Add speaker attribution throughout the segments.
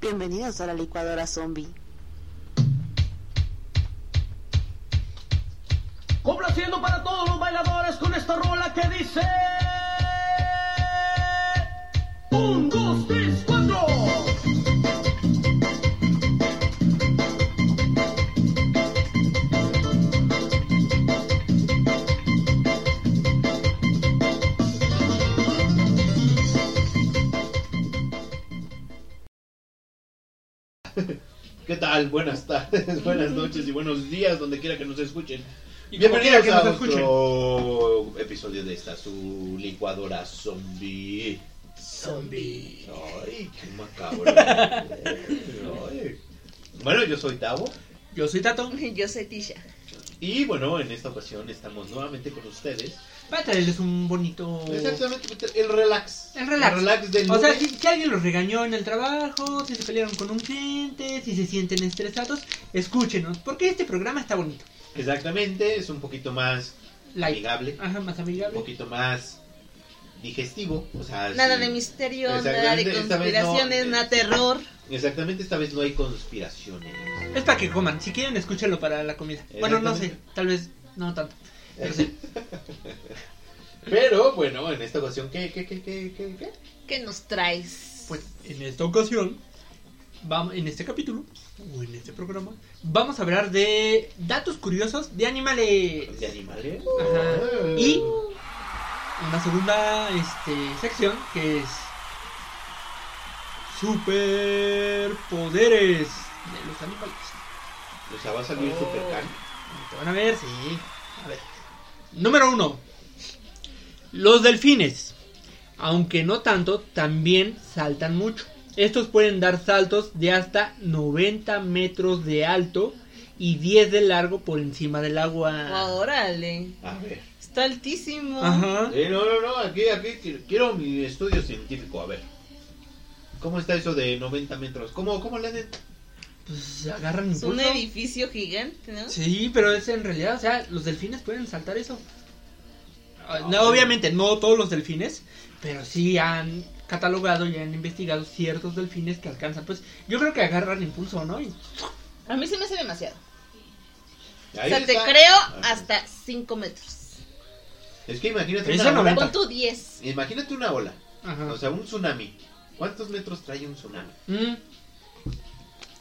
Speaker 1: Bienvenidos a la licuadora zombie.
Speaker 2: Complaciendo para todos los bailadores con esta rola que dice... Un, dos, tres, cuatro.
Speaker 3: ¿Qué tal? Buenas tardes, buenas noches y buenos días, donde quiera que nos escuchen.
Speaker 4: Y
Speaker 3: Bienvenidos
Speaker 4: como quiera
Speaker 3: a
Speaker 4: que nos escuchen.
Speaker 3: otro episodio de esta su licuadora zombie.
Speaker 4: Zombie.
Speaker 3: Ay, qué macabro. Ay. Bueno, yo soy Tavo
Speaker 4: Yo soy Tato
Speaker 1: Yo soy Tisha.
Speaker 3: y bueno, en esta ocasión estamos nuevamente con ustedes.
Speaker 4: para traerles un bonito...
Speaker 3: Exactamente, pues, el relax.
Speaker 4: Oh. El relax.
Speaker 3: del
Speaker 4: O sea,
Speaker 3: lunes.
Speaker 4: si, si alguien los regañó en el trabajo, si se pelearon con un cliente, si se sienten estresados, escúchenos, porque este programa está bonito.
Speaker 3: Exactamente, es un poquito más
Speaker 4: Like.
Speaker 3: amigable,
Speaker 4: Ajá, más
Speaker 3: un
Speaker 4: amigable.
Speaker 3: poquito más digestivo. O sea,
Speaker 1: Nada
Speaker 3: sí.
Speaker 1: de misterio,
Speaker 3: Exactamente,
Speaker 1: nada de
Speaker 3: esta vez no,
Speaker 1: conspiraciones,
Speaker 3: eh,
Speaker 1: nada de terror.
Speaker 3: Exactamente, esta vez no hay conspiraciones.
Speaker 4: Es para que coman, si quieren escúchenlo para la comida. Bueno, no sé,
Speaker 3: Exactamente.
Speaker 4: tal vez no tanto. Pero sí.
Speaker 3: Pero bueno, en esta ocasión, ¿qué, qué, qué, qué, qué, qué?
Speaker 1: ¿Qué nos traes?
Speaker 4: Pues en esta ocasión, vamos, en este capítulo, o en este programa, vamos a hablar de datos curiosos de animales.
Speaker 3: ¿De animales?
Speaker 4: Ajá. Y una segunda este, sección que es superpoderes de los animales.
Speaker 3: O sea, va a salir Supercan.
Speaker 4: Te van a ver, sí. A ver. Número uno. Los delfines. Aunque no tanto, también saltan mucho. Estos pueden dar saltos de hasta 90 metros de alto y 10 de largo por encima del agua.
Speaker 1: Órale,
Speaker 3: A ver.
Speaker 1: está altísimo.
Speaker 4: Ah. Ajá.
Speaker 3: Eh, no, no, no, aquí, aquí, qui- quiero mi estudio científico, a ver. ¿Cómo está eso de 90 metros? ¿Cómo, cómo le hacen?
Speaker 4: Pues agarran
Speaker 1: Es un
Speaker 4: impulso.
Speaker 1: edificio gigante, ¿no?
Speaker 4: Sí, pero es en realidad, o sea, los delfines pueden saltar eso. Ah,
Speaker 3: Ah,
Speaker 4: no,
Speaker 3: bueno.
Speaker 4: obviamente no todos los delfines, pero sí han catalogado y han investigado ciertos delfines que alcanzan. Pues yo creo que agarran impulso, ¿no? Y-
Speaker 1: A mí se me hace demasiado.
Speaker 3: Ahí
Speaker 1: o sea, te
Speaker 3: está.
Speaker 1: creo
Speaker 3: Ah,
Speaker 1: hasta 5 metros.
Speaker 3: Es que imagínate
Speaker 4: Pero
Speaker 3: una
Speaker 4: esa
Speaker 3: ola.
Speaker 4: Cuenta.
Speaker 1: Pon tú 10.
Speaker 3: Imagínate una ola.
Speaker 4: Ajá.
Speaker 3: O sea, un tsunami. ¿Cuántos metros trae un tsunami?
Speaker 4: Mm.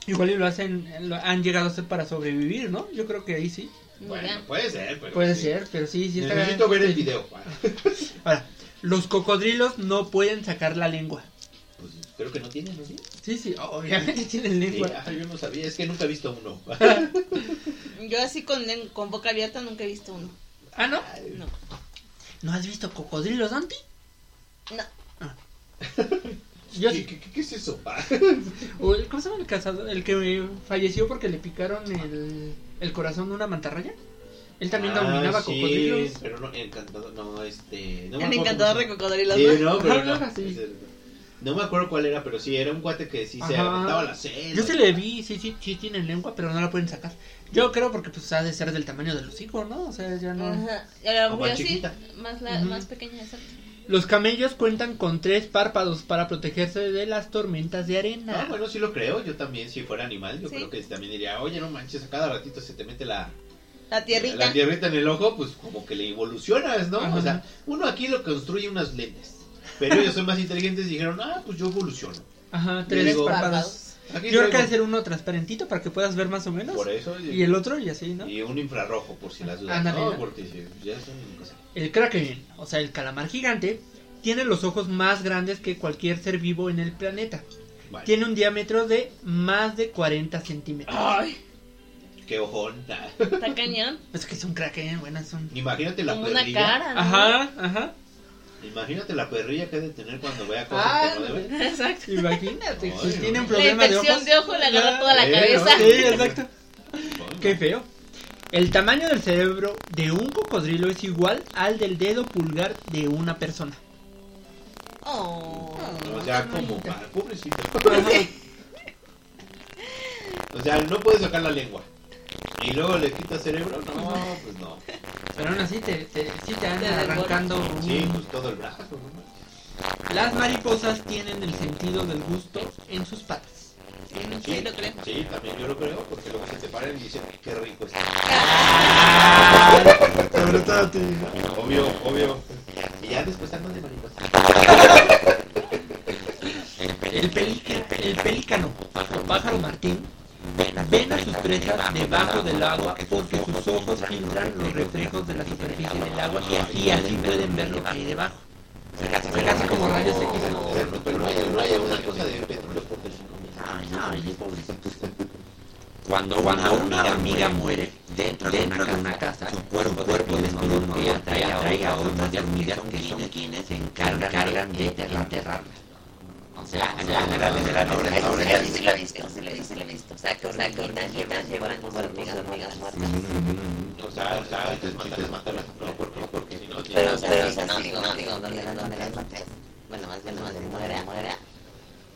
Speaker 4: Igual y lo hacen, lo han llegado a hacer para sobrevivir, ¿no? Yo creo que ahí sí.
Speaker 3: Bueno, puede ser, pero.
Speaker 4: Puede
Speaker 3: sí.
Speaker 4: ser, pero sí, sí está
Speaker 3: Necesito ver el
Speaker 4: sí.
Speaker 3: video.
Speaker 4: Ahora, los cocodrilos no pueden sacar la lengua.
Speaker 3: Pues creo que no tienen, ¿no? Sí,
Speaker 4: Sí, sí, obviamente tienen
Speaker 3: Sí,
Speaker 4: lengua.
Speaker 3: ah, yo no sabía, es que nunca he visto uno.
Speaker 1: Yo así con, con boca abierta nunca he visto uno.
Speaker 4: Ah, ¿no?
Speaker 1: No.
Speaker 4: ¿No has visto cocodrilos, Santi?
Speaker 1: No.
Speaker 4: Yo
Speaker 3: ¿Qué,
Speaker 4: sí.
Speaker 3: qué, qué- qué es eso? pa?
Speaker 4: O el- ¿Cómo se llama el cazador? El que falleció porque le picaron el, el corazón a una mantarraya. Él también
Speaker 3: Ah,
Speaker 4: dominaba
Speaker 3: sí,
Speaker 4: cocodrilos.
Speaker 3: Pero no, encantador, no, este. No
Speaker 1: El
Speaker 3: me acuerdo
Speaker 1: encantador de
Speaker 3: cómo
Speaker 1: cocodrilos.
Speaker 3: se llama. Sí,
Speaker 1: ¿no?
Speaker 3: no, pero
Speaker 4: Ah,
Speaker 3: no.
Speaker 4: sí.
Speaker 3: es el- No me acuerdo cuál era, pero sí, era un cuate que sí se
Speaker 4: Ajá.
Speaker 3: aventaba la cena.
Speaker 4: Yo se le vi, sí, sí, sí tienen lengua, pero no la pueden sacar. Yo creo porque pues ha de ser del tamaño de los hijos, ¿no? O sea, ya no.
Speaker 1: Ajá. Y a lo
Speaker 3: O
Speaker 1: mejor
Speaker 3: más
Speaker 1: así,
Speaker 3: chiquita.
Speaker 1: más, la,
Speaker 4: Ujú.
Speaker 1: más pequeña, exacto.
Speaker 4: Los camellos cuentan con tres párpados para protegerse de las tormentas de arena.
Speaker 3: Ah, bueno, sí lo creo. Yo también, si fuera animal, yo
Speaker 1: Sí.
Speaker 3: creo que también diría, oye, no manches, a cada ratito se te mete la,
Speaker 1: La tierrita.
Speaker 3: la tierrita en el ojo, pues como que le evolucionas, ¿no?
Speaker 4: Ajá.
Speaker 3: O sea, uno aquí lo construye unas lentes. Pero ellos son más inteligentes y dijeron, ah, pues yo evoluciono.
Speaker 4: Ajá, tres
Speaker 3: Digo-
Speaker 4: párpados.
Speaker 3: Aquí
Speaker 4: Yo creo
Speaker 3: traigo-
Speaker 4: que ha de ser uno transparentito para que puedas ver más o menos.
Speaker 3: Por eso.
Speaker 4: Y el otro y así, ¿no?
Speaker 3: Y un infrarrojo, por si las dudas.
Speaker 4: Ándale,
Speaker 3: no,
Speaker 4: ¿no?
Speaker 3: porque si- ya es un- o sea,
Speaker 4: El Kraken, o sea, el calamar gigante, tiene los ojos más grandes que cualquier ser vivo en el planeta.
Speaker 3: vale.
Speaker 4: Tiene un diámetro de más de 40 centímetros.
Speaker 1: Ay,
Speaker 3: Qué ojón. ah.
Speaker 1: está cañón.
Speaker 4: Es que es un Kraken, buenas son.
Speaker 3: Imagínate la
Speaker 1: Como una
Speaker 3: perrilla.
Speaker 1: cara. ¿no?
Speaker 4: Ajá, ajá.
Speaker 3: Imagínate la perrilla que ha de tener cuando vea cosas
Speaker 4: Ah,
Speaker 3: que no debe.
Speaker 1: Exacto.
Speaker 4: Imagínate,
Speaker 3: Ay,
Speaker 4: si
Speaker 3: no.
Speaker 4: tiene un
Speaker 1: La
Speaker 4: problema de
Speaker 1: infección
Speaker 4: ojos. Ah,
Speaker 1: de ojo le agarró toda la
Speaker 3: Eh,
Speaker 1: cabeza.
Speaker 3: ¿no?
Speaker 4: Sí, exacto. Qué feo. El tamaño del cerebro de un cocodrilo es igual al del dedo pulgar de una persona.
Speaker 1: Oh.
Speaker 3: O sea, como para pobrecito. o sea, no puede sacar la lengua. Y luego le quita cerebro. No, pues no.
Speaker 4: Pero aún así te, te- sí te
Speaker 5: Te
Speaker 4: andan
Speaker 5: devora.
Speaker 4: arrancando un-
Speaker 3: Sí, pues todo el brazo. ¿no?
Speaker 4: Las mariposas tienen el sentido del gusto en sus patas.
Speaker 5: Sí, lo creo.
Speaker 3: Sí, también yo lo creo, porque luego se te paran y dicen, qué rico está.
Speaker 6: Sobre todo tu hija.
Speaker 3: Obvio, obvio. Y ya después andan de mariposa.
Speaker 4: El, pelica- el pelícano o pájaro martín ven a sus presas debajo del agua porque sus ojos filtran los reflejos de la superficie del agua y así pueden ver lo que hay debajo. Fue casi como rayos X.
Speaker 3: Pero no, pero no hay, no hay una cosa de pétalos porque si no,
Speaker 7: Cuando,
Speaker 4: Cuando una hormiga muere dentro de una, casa,
Speaker 7: su cuerpo, cuerpo desnudo y atrae, atrae a otras hormigas que son quienes se encargan, encargan de enterrar- enterrarla. O sea, o sea, la de la noble, la noble, la noble, la
Speaker 3: o sea, o sea, antes mandarles matarlas a los cuerpos porque si no,
Speaker 7: Pero,
Speaker 3: tienen-
Speaker 7: pero, o sea, no, digo, no, digo, no, digo, no me las mates. Bueno, más bien, más bien, muera, muera.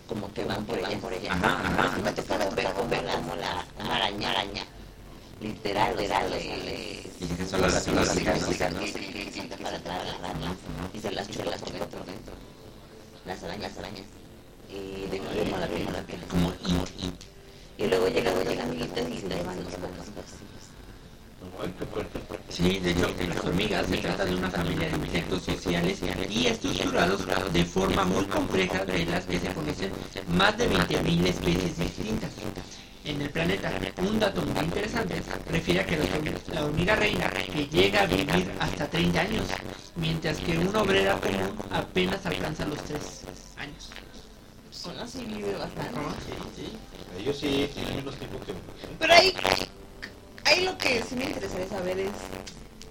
Speaker 7: Como que van por ella, por ella. Ajá, ajá. Me ha tocado ver comer como la araña, araña. Literal, literal. Y se solo las solo las ¿no? Para trasladarlas. Y se las chupa, las chupa por dentro. Las arañas, las arañas. Y de como la piel, la piel. Como y. Y luego llega, luego llega, amiguitas y se llevan los cuerpos.
Speaker 3: Ay, qué fuerte.
Speaker 4: Sí, de hecho, las hormigas se trata de una familia de insectos sociales y estructurados de forma muy compleja de las que se conocen más de 20.000 especies distintas en el planeta. Un dato muy interesante refiere a que la horm- la hormiga reina que llega a vivir hasta 30 años, mientras que una obrera común apenas alcanza los 3 años.
Speaker 5: Son así, vive bastante.
Speaker 3: Ellos sí tienen menos tiempo que
Speaker 5: Pero ahí, ahí lo que sí me interesaría saber es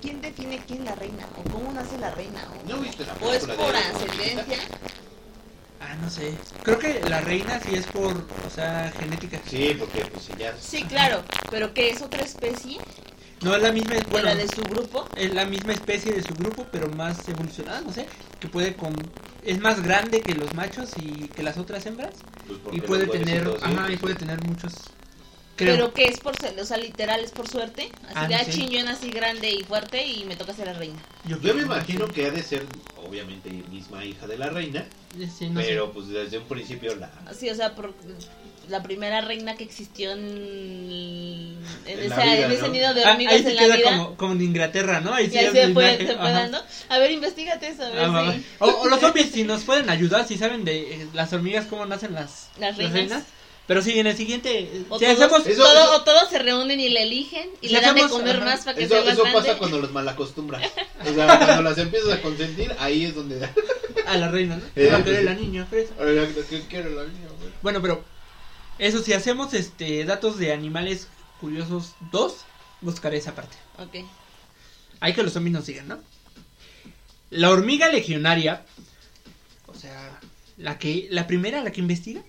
Speaker 5: quién define quién es la reina o cómo nace la reina o,
Speaker 3: ¿No viste la
Speaker 5: o es
Speaker 3: película
Speaker 5: Pues por
Speaker 3: de-
Speaker 5: ascendencia.
Speaker 4: Ah, no sé. Creo que la reina sí es por, o sea, genética.
Speaker 3: Sí, porque pues si ya...
Speaker 5: Sí, claro, pero que es otra especie
Speaker 4: No es la misma,
Speaker 5: de
Speaker 4: bueno,
Speaker 5: la de su grupo.
Speaker 4: es la misma especie de su grupo, pero más evolucionada, no sé, que puede con es más grande que los machos y que las otras hembras
Speaker 3: pues, porque
Speaker 4: y puede
Speaker 3: los
Speaker 4: tener,
Speaker 3: huevecitos, ¿sí?
Speaker 4: ajá, y puede tener muchos creo.
Speaker 5: Pero que es por ser, o sea, literal es por suerte. Así
Speaker 4: Ah,
Speaker 5: de
Speaker 4: no
Speaker 5: ah,
Speaker 4: sé.
Speaker 5: chin, yo nací grande y fuerte y me toca ser la reina.
Speaker 3: Yo me imagino que ha de ser, obviamente, misma hija de la reina,
Speaker 4: Sí, no sé.
Speaker 3: pero pues desde un principio la...
Speaker 5: Así, o sea, por la primera reina que existió en, en,
Speaker 3: En la
Speaker 5: esa-
Speaker 3: vida,
Speaker 5: en ese
Speaker 3: ¿no?
Speaker 5: nido de
Speaker 4: Ah,
Speaker 5: hormigas
Speaker 4: ahí se
Speaker 5: en la
Speaker 4: queda
Speaker 5: vida.
Speaker 4: como, como en Inglaterra, ¿no? Ahí
Speaker 5: Y
Speaker 4: sí
Speaker 5: ahí
Speaker 4: es
Speaker 5: se
Speaker 4: la
Speaker 5: fue,
Speaker 4: imagen,
Speaker 5: se fue
Speaker 4: ajá.
Speaker 5: dando. A ver, investigate eso, a ver
Speaker 4: Ah, va, va.
Speaker 5: si.
Speaker 4: O, o los zombies, si nos pueden ayudar, si saben de eh, las hormigas cómo nacen las,
Speaker 5: Las reinas.
Speaker 4: Pero sí, en el siguiente, eh,
Speaker 5: O,
Speaker 4: si
Speaker 5: todos,
Speaker 4: hacemos
Speaker 3: Eso-
Speaker 5: todo-
Speaker 3: eso-
Speaker 5: o todos se reúnen y le eligen y
Speaker 4: Si
Speaker 5: le dan de
Speaker 4: hacemos-
Speaker 5: comer
Speaker 4: ajá.
Speaker 5: más para que
Speaker 3: Eso,
Speaker 5: sea más
Speaker 3: eso
Speaker 5: grande.
Speaker 3: pasa cuando los malacostumbras. O sea, cuando las empiezas a consentir, ahí es donde...
Speaker 4: a la reina, ¿no?
Speaker 3: Eh,
Speaker 4: Ah, pero
Speaker 3: sí.
Speaker 4: la niña fresa.
Speaker 3: Ahora, ¿qué quiero la niña, güey?
Speaker 4: Bueno, pero eso si hacemos este datos de animales curiosos 2, buscaré esa parte.
Speaker 5: Ok.
Speaker 4: Hay que los zombies nos sigan, ¿no? La hormiga legionaria, o sea, la que la primera la que investiga.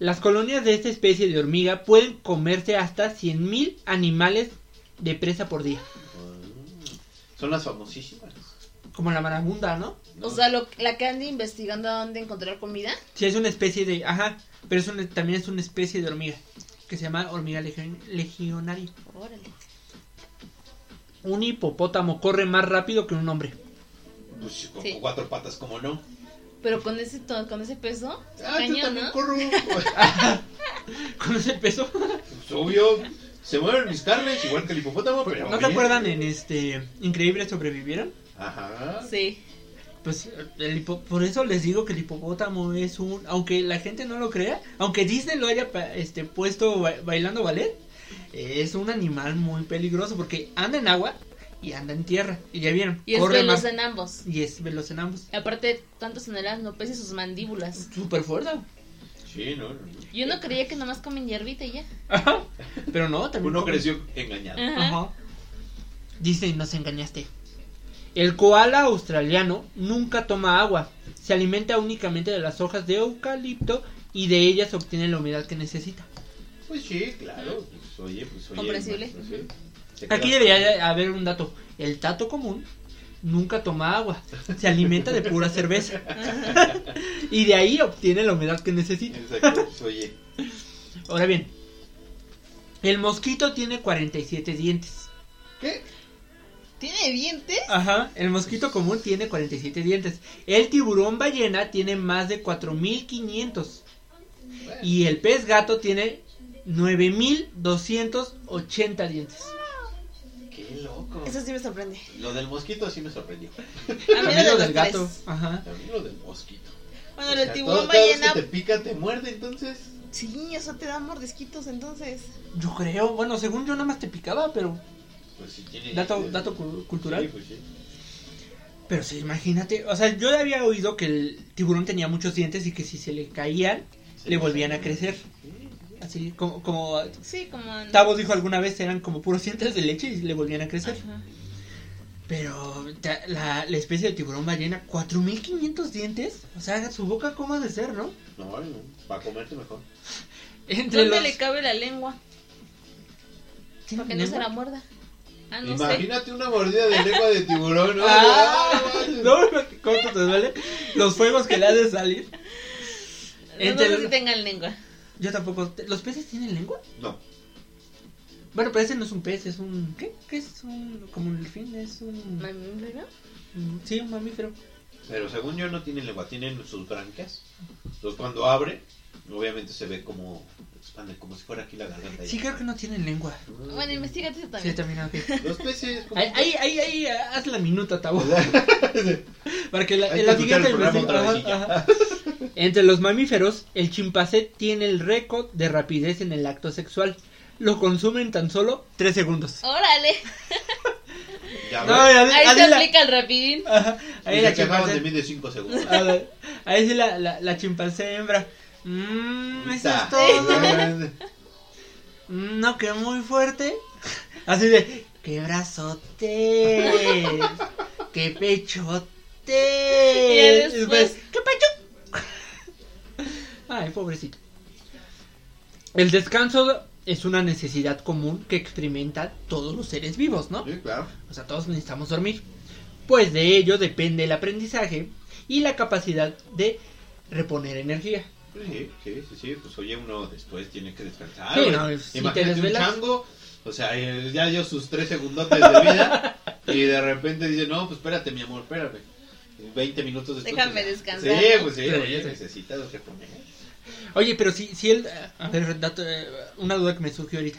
Speaker 4: Las colonias de esta especie de hormiga pueden comerse hasta 100.000 animales de presa por día,
Speaker 3: Son las famosísimas.
Speaker 4: como la marabunda, ¿no?
Speaker 5: O sea, lo- la que anda investigando a dónde encontrar comida.
Speaker 4: Sí, es una especie de, ajá, pero es una- también es una especie de hormiga que se llama hormiga legion- legionaria.
Speaker 5: Órale.
Speaker 4: Un hipopótamo corre más rápido que un hombre.
Speaker 3: Pues con
Speaker 5: Sí.
Speaker 3: cuatro patas, como no.
Speaker 5: Pero con ese, to- con ese peso,
Speaker 3: Ah, yo
Speaker 5: Este cañón,
Speaker 3: también
Speaker 5: ¿no?
Speaker 3: corro.
Speaker 4: ¿Con ese peso?
Speaker 3: Pues obvio. Se mueven mis carnes, igual que el hipopótamo, pero.
Speaker 4: ¿No te
Speaker 3: bien.
Speaker 4: acuerdan en este Increíble sobrevivieron?
Speaker 3: Ajá.
Speaker 5: Sí.
Speaker 4: Pues el hipo- por eso les digo que el hipopótamo es un, aunque la gente no lo crea, aunque Disney lo haya pa- este puesto ba- bailando ballet, eh, es un animal muy peligroso porque anda en agua y anda en tierra. Y ya vieron,
Speaker 5: Y es
Speaker 4: corre
Speaker 5: veloz
Speaker 4: más
Speaker 5: en ambos.
Speaker 4: y es veloz en ambos.
Speaker 5: Y aparte, tantas toneladas no pesa sus mandíbulas.
Speaker 4: Súper fuerte.
Speaker 3: Sí, no. no.
Speaker 5: Yo no creía que nomás comen hierbita y ya.
Speaker 4: Ajá. Pero no, también
Speaker 3: Uno
Speaker 4: come-
Speaker 3: creció engañado.
Speaker 5: Ajá.
Speaker 4: Ajá. Disney, nos engañaste. El koala australiano nunca toma agua. Se alimenta únicamente de las hojas de eucalipto y de ellas obtiene la humedad que necesita.
Speaker 3: Pues sí, claro. Pues oye, pues oye.
Speaker 5: Comprensible.
Speaker 3: maestro, sí. Se
Speaker 4: Aquí
Speaker 3: queda-
Speaker 4: debería de haber un dato. El tato común nunca toma agua. Se alimenta de pura cerveza. y de ahí obtiene la humedad que necesita.
Speaker 3: Exacto, pues oye.
Speaker 4: Ahora bien, El mosquito tiene 47 dientes.
Speaker 3: ¿Qué?
Speaker 1: ¿Tiene dientes?
Speaker 4: Ajá, el mosquito común tiene 47 dientes. El tiburón ballena tiene más de 4500.
Speaker 3: Bueno,
Speaker 4: Y el pez gato tiene 9280 dientes.
Speaker 3: Qué loco.
Speaker 1: Eso sí me sorprende.
Speaker 3: Lo del mosquito sí me sorprendió.
Speaker 1: A mí de
Speaker 4: También
Speaker 1: Ah,
Speaker 4: lo
Speaker 1: los
Speaker 4: del gato.
Speaker 1: tres.
Speaker 4: Ajá.
Speaker 3: También lo del mosquito.
Speaker 1: Bueno,
Speaker 3: O
Speaker 1: el
Speaker 3: sea,
Speaker 1: tiburón
Speaker 3: todo- cada vez
Speaker 1: ballena.
Speaker 3: que te pica, te muerde, entonces.
Speaker 1: Sí, eso te da mordisquitos entonces.
Speaker 4: Yo creo, bueno, según yo nada más te picaba, pero
Speaker 3: Pues si tiene.
Speaker 4: dato, dato cu- cultural.
Speaker 3: Sí, pues sí.
Speaker 4: Pero sí, imagínate, o sea, yo había oído que el tiburón tenía muchos dientes y que si se le caían,
Speaker 3: Sí,
Speaker 4: le
Speaker 3: pues,
Speaker 4: volvían
Speaker 3: sí.
Speaker 4: a crecer. Así como, como
Speaker 1: Sí, como. en-
Speaker 4: Tavo dijo alguna vez, eran como puros dientes de leche y le volvían a crecer.
Speaker 1: Ajá.
Speaker 4: Pero ta- la, la especie de tiburón ballena, 4500 dientes. O sea, su boca, ¿cómo ha de ser, no?
Speaker 3: No, no, para comerte mejor.
Speaker 4: Entre
Speaker 1: ¿Dónde
Speaker 4: los.
Speaker 1: le cabe la lengua?
Speaker 4: ¿Tiene
Speaker 1: Para que no se
Speaker 4: lengua?
Speaker 1: la muerda. Ah, no sé.
Speaker 3: Imagínate una mordida de lengua de tiburón, ¿no?
Speaker 4: Ah,
Speaker 3: No,
Speaker 4: no, ¿cómo te duele? Los fuegos que le ha de salir.
Speaker 1: No, no
Speaker 4: Entre
Speaker 1: sé
Speaker 4: los-
Speaker 1: si tengan lengua.
Speaker 4: Yo tampoco. ¿Los peces tienen lengua?
Speaker 3: no.
Speaker 4: Bueno, pero ese no es un pez, es un. ¿Qué? ¿Qué es un.? Como un delfín, es un.
Speaker 1: ¿Mamífero?
Speaker 4: un- Sí, un mamífero.
Speaker 3: Pero según yo no tienen lengua, tienen sus branquias. Entonces cuando abre, obviamente se ve como expande, como si fuera aquí la garganta.
Speaker 4: Sí, creo que no tienen lengua.
Speaker 1: Bueno, investigate eso
Speaker 4: Sí,
Speaker 1: también.
Speaker 4: también, ok.
Speaker 3: Los peces. como-
Speaker 4: Ahí, ahí, ahí, ahí, haz la minuta, Tabo. Para que la,
Speaker 3: Hay que
Speaker 4: la
Speaker 3: escuchar
Speaker 4: siguiente
Speaker 3: el programa
Speaker 4: investiga-
Speaker 3: otra vez y
Speaker 4: ajá, ajá. Entre los mamíferos, el chimpancé tiene el récord de rapidez en el acto sexual. Lo consumen tan solo 3 segundos.
Speaker 1: Órale.
Speaker 3: Ya
Speaker 4: No,
Speaker 3: ves.
Speaker 4: Adela-
Speaker 1: Ahí se
Speaker 4: Adela-
Speaker 1: aplica el rapidín.
Speaker 4: Ajá,
Speaker 3: Y
Speaker 4: Ahí
Speaker 3: se
Speaker 4: la
Speaker 3: quejaban de
Speaker 4: chimpancé.
Speaker 3: mí de 5 segundos.
Speaker 4: A ver, Ahí sí la, la, la chimpancé hembra. Mmm, eso es
Speaker 3: Ta.
Speaker 4: todo. Mm, No, que muy fuerte. Así de, qué brazote. Qué
Speaker 1: Y
Speaker 4: pechote.
Speaker 1: después-
Speaker 4: qué pecho. Pues, Ay, pobrecito. El descanso es una necesidad común que experimentan todos los seres vivos, ¿no?
Speaker 3: Sí, claro.
Speaker 4: O sea, todos necesitamos dormir. Pues de ello depende el aprendizaje y la capacidad de reponer energía.
Speaker 3: Sí, sí, sí, sí, pues oye, uno después tiene que descansar.
Speaker 4: Sí,
Speaker 3: güey.
Speaker 4: no, si te
Speaker 3: Imagínate un
Speaker 4: desvelas.
Speaker 3: chango, o sea, él ya dio sus tres segundotes de vida y de repente dice, no, pues espérate, mi amor, espérame. Y 20 minutos después.
Speaker 1: Déjame
Speaker 3: pues,
Speaker 1: descansar,
Speaker 3: Sí,
Speaker 1: ¿no?
Speaker 3: pues sí,
Speaker 4: Sí,
Speaker 3: oye,
Speaker 4: sí.
Speaker 3: necesitas reponer.
Speaker 4: Oye, pero si, si él... A ver, dato, eh, una duda que me surgió ahorita.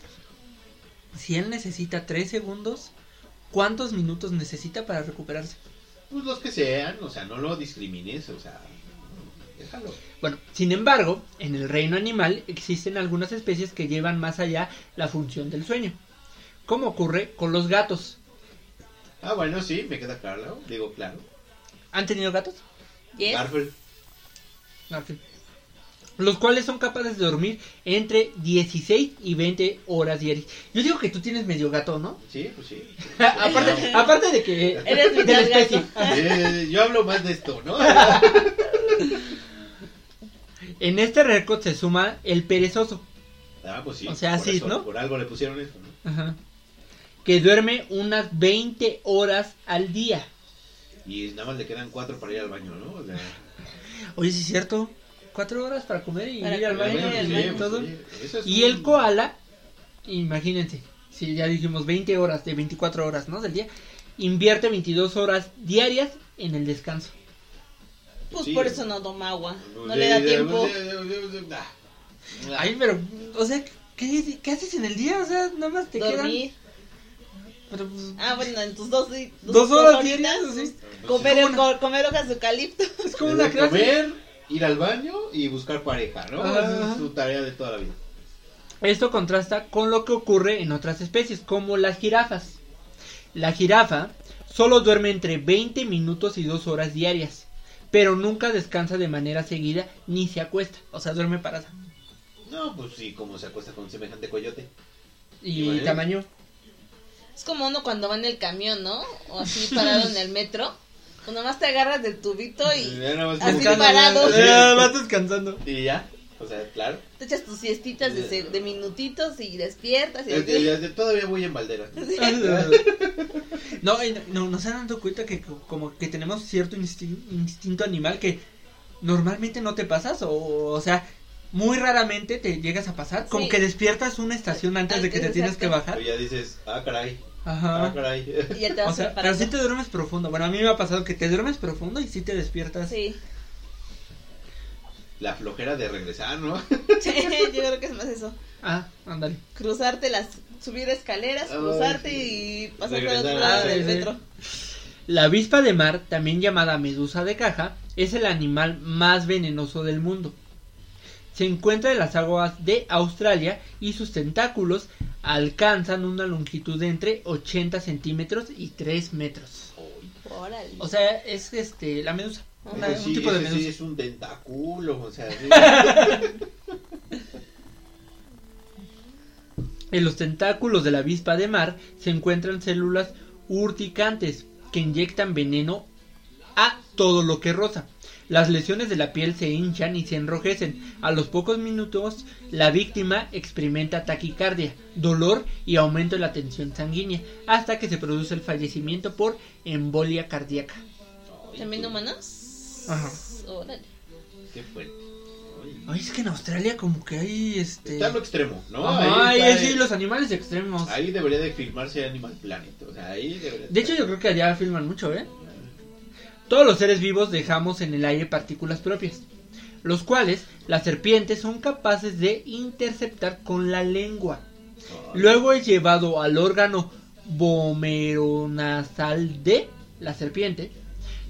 Speaker 4: Si él necesita 3 segundos, ¿cuántos minutos necesita para recuperarse?
Speaker 3: Pues los que sean, o sea, no lo discrimines, o sea, déjalo.
Speaker 4: Bueno, sin embargo, en el reino animal existen algunas especies que llevan más allá la función del sueño. Como ocurre con los gatos.
Speaker 3: Ah, bueno, sí, me queda claro, digo claro.
Speaker 4: ¿Han tenido gatos?
Speaker 1: Yes.
Speaker 3: Garfield,
Speaker 4: Martín. Los cuales son capaces de dormir entre 16 y 20 horas diarias. Yo digo que tú tienes medio gato, ¿no?
Speaker 3: sí, pues sí.
Speaker 4: aparte, aparte de que...
Speaker 1: Eres
Speaker 4: de
Speaker 1: mitad
Speaker 4: la especie.
Speaker 3: Eh, yo hablo más de esto, ¿no? Ah,
Speaker 4: En este récord se suma el perezoso,
Speaker 3: Ah, pues sí.
Speaker 4: O sea,
Speaker 3: por
Speaker 4: sí,
Speaker 3: eso,
Speaker 4: ¿no?
Speaker 3: Por algo le pusieron eso, ¿no?
Speaker 4: ajá, que duerme unas 20 horas al día.
Speaker 3: Y nada más le quedan cuatro para ir al baño, ¿no? O sea,
Speaker 4: Oye, sí es cierto, 4 horas para comer y
Speaker 1: Para
Speaker 4: ir al
Speaker 1: comer
Speaker 4: baño,
Speaker 1: y al
Speaker 4: y
Speaker 1: baño,
Speaker 4: todo.
Speaker 3: sí, eso es
Speaker 4: Y
Speaker 3: un-
Speaker 4: el koala, imagínense, si ya dijimos 20 horas, de 24 horas, ¿no? Del día, invierte 22 horas diarias en el descanso.
Speaker 1: Pues
Speaker 3: Sí.
Speaker 1: por eso no toma agua.
Speaker 3: Pues,
Speaker 1: No
Speaker 3: eh,
Speaker 1: le da
Speaker 3: eh,
Speaker 1: tiempo.
Speaker 3: pues, eh, eh, eh, ah.
Speaker 4: Ay, pero, o sea, ¿qué, qué haces en el día? O sea, nada más te
Speaker 1: Dormir.
Speaker 4: quedan... pero, pues,
Speaker 1: Ah, bueno, en tus dos, tus
Speaker 4: Dos horas
Speaker 1: horitas,
Speaker 4: diarias, sí.
Speaker 1: pues, Comer,
Speaker 4: ¿Cómo
Speaker 1: el-
Speaker 4: no?
Speaker 1: comer hojas de eucalipto.
Speaker 4: es como
Speaker 3: Desde
Speaker 4: una clase.
Speaker 3: Comer, ir al baño y buscar pareja, ¿no?
Speaker 4: Ajá.
Speaker 3: Esa es su tarea de toda la vida.
Speaker 4: Esto contrasta con lo que ocurre en otras especies, como las jirafas. La jirafa solo duerme entre 20 minutos y 2 horas diarias, pero nunca descansa de manera seguida ni se acuesta, o sea, duerme parada.
Speaker 3: No, pues sí, como se acuesta con semejante coyote.
Speaker 4: Y
Speaker 3: Igual, ¿eh?
Speaker 4: tamaño.
Speaker 1: Es como uno cuando va en el camión, ¿no? O así parado en el metro. Pues nomás te agarras del tubito y
Speaker 3: Ya nada más
Speaker 1: Así
Speaker 3: como que-
Speaker 1: Descansando, parado.
Speaker 3: Eh, vas
Speaker 4: descansando.
Speaker 3: Y ya, o sea, claro.
Speaker 1: te echas tus siestitas de, se- de minutitos y despiertas. Y
Speaker 3: Eh,
Speaker 1: así.
Speaker 3: eh, Todavía voy en baldera.
Speaker 4: No, y no- no, no se han dado cuenta que co- como que tenemos cierto insti- instinto animal que normalmente no te pasas, o, o sea, muy raramente te llegas a pasar, como
Speaker 1: Sí.
Speaker 4: que despiertas una estación antes, de que te
Speaker 1: Antes,
Speaker 4: tienes que
Speaker 1: exacto.
Speaker 4: bajar.
Speaker 3: Pero ya dices, ah, caray. Ah,
Speaker 4: Ajá.
Speaker 3: caray.
Speaker 1: Y ya te vas
Speaker 4: O sea, pero
Speaker 1: preparando.
Speaker 4: si te duermes profundo. Bueno, a mí me ha pasado que te duermes profundo y si te despiertas.
Speaker 1: Sí.
Speaker 3: La flojera de regresar, ¿no?
Speaker 1: Sí, yo creo que es más eso.
Speaker 4: Ah, ándale.
Speaker 1: Cruzarte las, subir escaleras,
Speaker 3: Ay,
Speaker 1: cruzarte
Speaker 3: sí.
Speaker 1: y pasar al
Speaker 3: Regresar
Speaker 1: otro
Speaker 3: a
Speaker 1: lado
Speaker 4: la
Speaker 1: del
Speaker 4: calle.
Speaker 1: metro.
Speaker 4: La avispa de mar, también llamada medusa de caja, es el animal más venenoso del mundo. Se encuentra en las aguas de Australia y sus tentáculos alcanzan una longitud de entre 80 centímetros y 3 metros.
Speaker 1: Órale.
Speaker 4: O sea, es este la medusa. una-
Speaker 3: Ese
Speaker 4: un
Speaker 3: sí,
Speaker 4: tipo de
Speaker 3: ese sí
Speaker 4: medusa.
Speaker 3: es un tentáculo, o sea, sí.
Speaker 4: En los tentáculos de la avispa de mar se encuentran células urticantes que inyectan veneno a todo lo que roza. Las lesiones de la piel se hinchan y se enrojecen. A los pocos minutos, la víctima experimenta taquicardia, dolor y aumento de la tensión sanguínea, hasta que se produce el fallecimiento por embolia cardíaca.
Speaker 1: ¿También humanos?
Speaker 4: Ajá.
Speaker 1: Órale.
Speaker 3: Qué fuerte. Ay.
Speaker 4: Ay, es que en Australia como que hay este...
Speaker 3: Está en lo extremo, ¿no?
Speaker 4: Ajá,
Speaker 3: Ahí
Speaker 4: ahí
Speaker 3: está,
Speaker 4: sí,
Speaker 3: eh.
Speaker 4: los animales extremos.
Speaker 3: Ahí debería de filmarse Animal Planet. O sea, ahí debería.
Speaker 4: De hecho, yo creo que allá filman mucho, ¿eh? Todos los seres vivos dejamos en el aire partículas propias, los cuales las serpientes son capaces de interceptar con la lengua. Luego es llevado al órgano vomeronasal de la serpiente,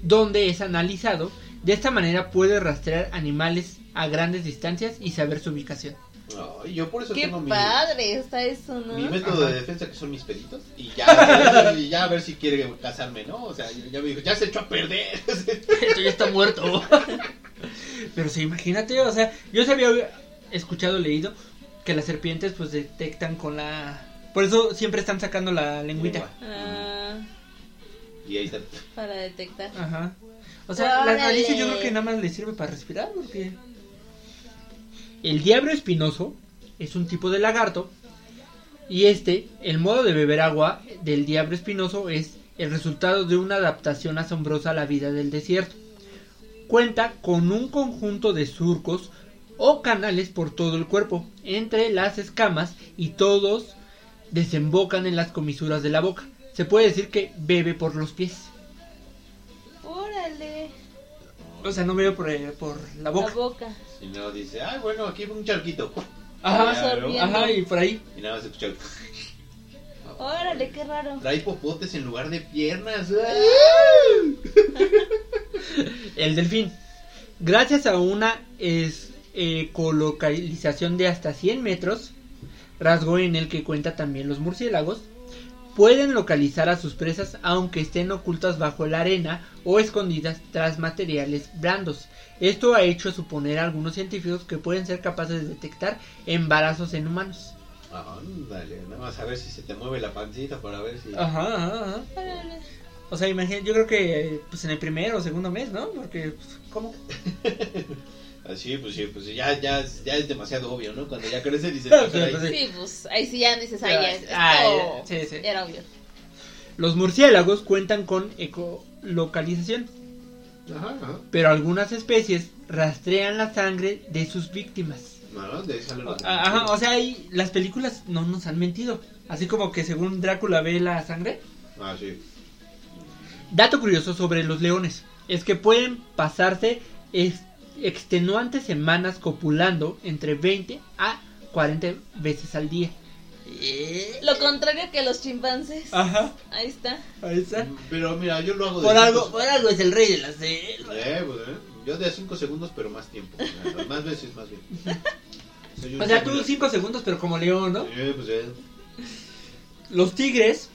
Speaker 4: donde es analizado. De esta manera puede rastrear animales a grandes distancias y saber su ubicación.
Speaker 3: Ay, yo por eso
Speaker 1: Qué
Speaker 3: tengo mi,
Speaker 1: padre está eso, ¿no?
Speaker 3: mi método
Speaker 4: Ajá.
Speaker 3: de defensa que son mis peditos. Y ya, y ya a ver si quiere casarme, ¿no? O sea, ya me dijo, ya se echó a perder.
Speaker 4: Esto ya está muerto. Pero sí, imagínate, o sea, yo se había escuchado, leído, que las serpientes pues detectan con la... Por eso siempre están sacando la lengüita.
Speaker 1: Ah,
Speaker 3: Y ahí está.
Speaker 1: para detectar.
Speaker 4: Ajá. O sea,
Speaker 1: Órale.
Speaker 4: la nariz yo creo que nada más le sirve para respirar, porque... El diablo espinoso es un tipo de lagarto y este, el modo de beber agua del diablo espinoso es el resultado de una adaptación asombrosa a la vida del desierto. Cuenta con un conjunto de surcos o canales por todo el cuerpo, entre las escamas y todos desembocan en las comisuras de la boca. Se puede decir que bebe por los pies. Ah.
Speaker 1: Órale.
Speaker 4: O sea, no bebe por, eh, por la
Speaker 1: La
Speaker 4: boca.
Speaker 1: boca.
Speaker 3: Y no dice, ay, bueno, aquí fue un charquito.
Speaker 4: Ajá,
Speaker 3: Ya, ¿no?
Speaker 1: Absorbiendo.
Speaker 4: ajá, y por ahí.
Speaker 3: Y nada más escuchar.
Speaker 1: Órale, qué raro.
Speaker 3: Trae popotes en lugar de piernas. ¡Ah!
Speaker 4: El delfín. Gracias a una es, ecolocalización de hasta 100 metros, rasgo en el que cuenta también los murciélagos, pueden localizar a sus presas aunque estén ocultas bajo la arena o escondidas tras materiales blandos. Esto ha hecho suponer a algunos científicos que pueden ser capaces de detectar embarazos en humanos.
Speaker 3: Ándale, nada más a ver si se te mueve la pancita para ver si.
Speaker 4: Ajá, ajá, ajá.
Speaker 1: Órale.
Speaker 4: O sea, imagínate, yo creo que eh, pues en el primero o segundo mes, ¿no? Porque, pues, ¿cómo?
Speaker 3: Así, pues sí, pues sí, ya, ya, ya es demasiado obvio, ¿no? Cuando ya crece dices,
Speaker 4: Pero,
Speaker 3: "Ah, caray".
Speaker 4: pues,
Speaker 1: Sí, pues ahí sí ya dices, ay, ya, esto
Speaker 4: Ah, sí, sí.
Speaker 1: era obvio.
Speaker 4: Los murciélagos cuentan con ecolocalización,
Speaker 3: Ajá, ajá.
Speaker 4: pero algunas especies rastrean la sangre de sus víctimas. Ah,
Speaker 3: No, de ahí sale la-
Speaker 4: Ajá, o sea, y las películas no nos han mentido. Así como que según Drácula ve la sangre.
Speaker 3: Ah, sí.
Speaker 4: Dato curioso sobre los leones es que pueden pasarse ex- extenuantes semanas copulando entre 20 a 40 veces al día.
Speaker 1: Lo contrario que los chimpancés.
Speaker 4: Ajá,
Speaker 1: Ahí está.
Speaker 4: ahí está.
Speaker 3: Pero mira, yo lo hago de
Speaker 4: Por
Speaker 3: cinco
Speaker 4: algo,
Speaker 3: se-
Speaker 4: por algo es el rey de las selva.
Speaker 3: Eh, pues, eh. Yo de 5 segundos, pero más tiempo. ¿no? más veces, más bien. Soy un
Speaker 4: O sea, tú
Speaker 3: singular.
Speaker 4: 5 segundos, pero como león, ¿no?
Speaker 3: Eh, pues, eh.
Speaker 4: Los tigres,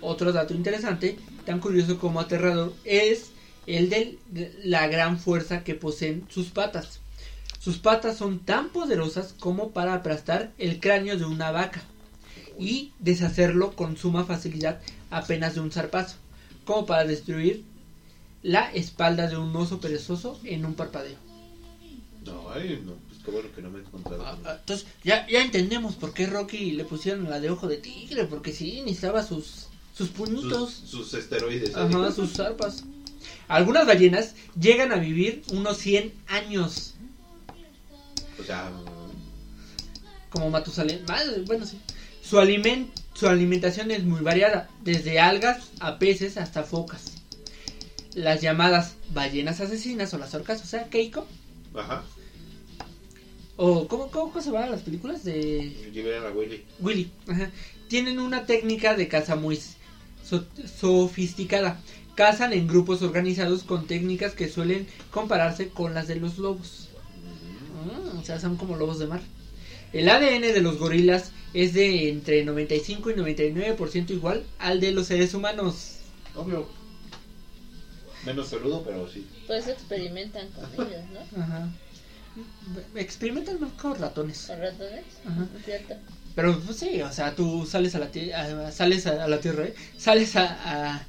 Speaker 4: otro dato interesante, tan curioso como aterrador, es el de la gran fuerza que poseen sus patas. Sus patas son tan poderosas como para aplastar el cráneo de una vaca y deshacerlo con suma facilidad apenas de un zarpazo, como para destruir la espalda de un oso perezoso en un parpadeo.
Speaker 3: No, ay, no, pues qué bueno que no me he encontrado.
Speaker 4: Ah,
Speaker 3: con-
Speaker 4: ah, Entonces, ya, ya entendemos por qué Rocky le pusieron la de ojo de tigre, porque sí, necesitaba sus, sus puñitos.
Speaker 3: sus, sus esteroides.
Speaker 4: Ajá,
Speaker 3: así.
Speaker 4: sus zarpas. Algunas ballenas llegan a vivir unos 100 años.
Speaker 3: O sea,
Speaker 4: como Matusalén. Ah, Bueno, sí. Su, alimen- su alimentación es muy variada, desde algas a peces hasta focas. Las llamadas ballenas asesinas o las orcas, o sea, Keiko.
Speaker 3: Ajá.
Speaker 4: O, ¿cómo, cómo, cómo se van las películas de
Speaker 3: Liberan a Willy.
Speaker 4: Willy? Ajá. Tienen una técnica de caza muy so- sofisticada. Cazan en grupos organizados con técnicas que suelen compararse con las de los lobos.
Speaker 3: Mm.
Speaker 4: Ah, o sea, son como lobos de mar. El ADN de los gorilas es de entre 95 y 99% igual al de los seres humanos.
Speaker 3: Obvio. Menos peludo, pero sí.
Speaker 5: Pues experimentan con ellos, ¿no?
Speaker 4: Ajá. Experimentan más con ratones.
Speaker 5: Con ratones.
Speaker 4: Ajá.
Speaker 5: ¿Cierto?
Speaker 4: Pero pues, sí, o sea, tú sales a la tierra, sales a, a la tierra, ¿eh? sales a, a,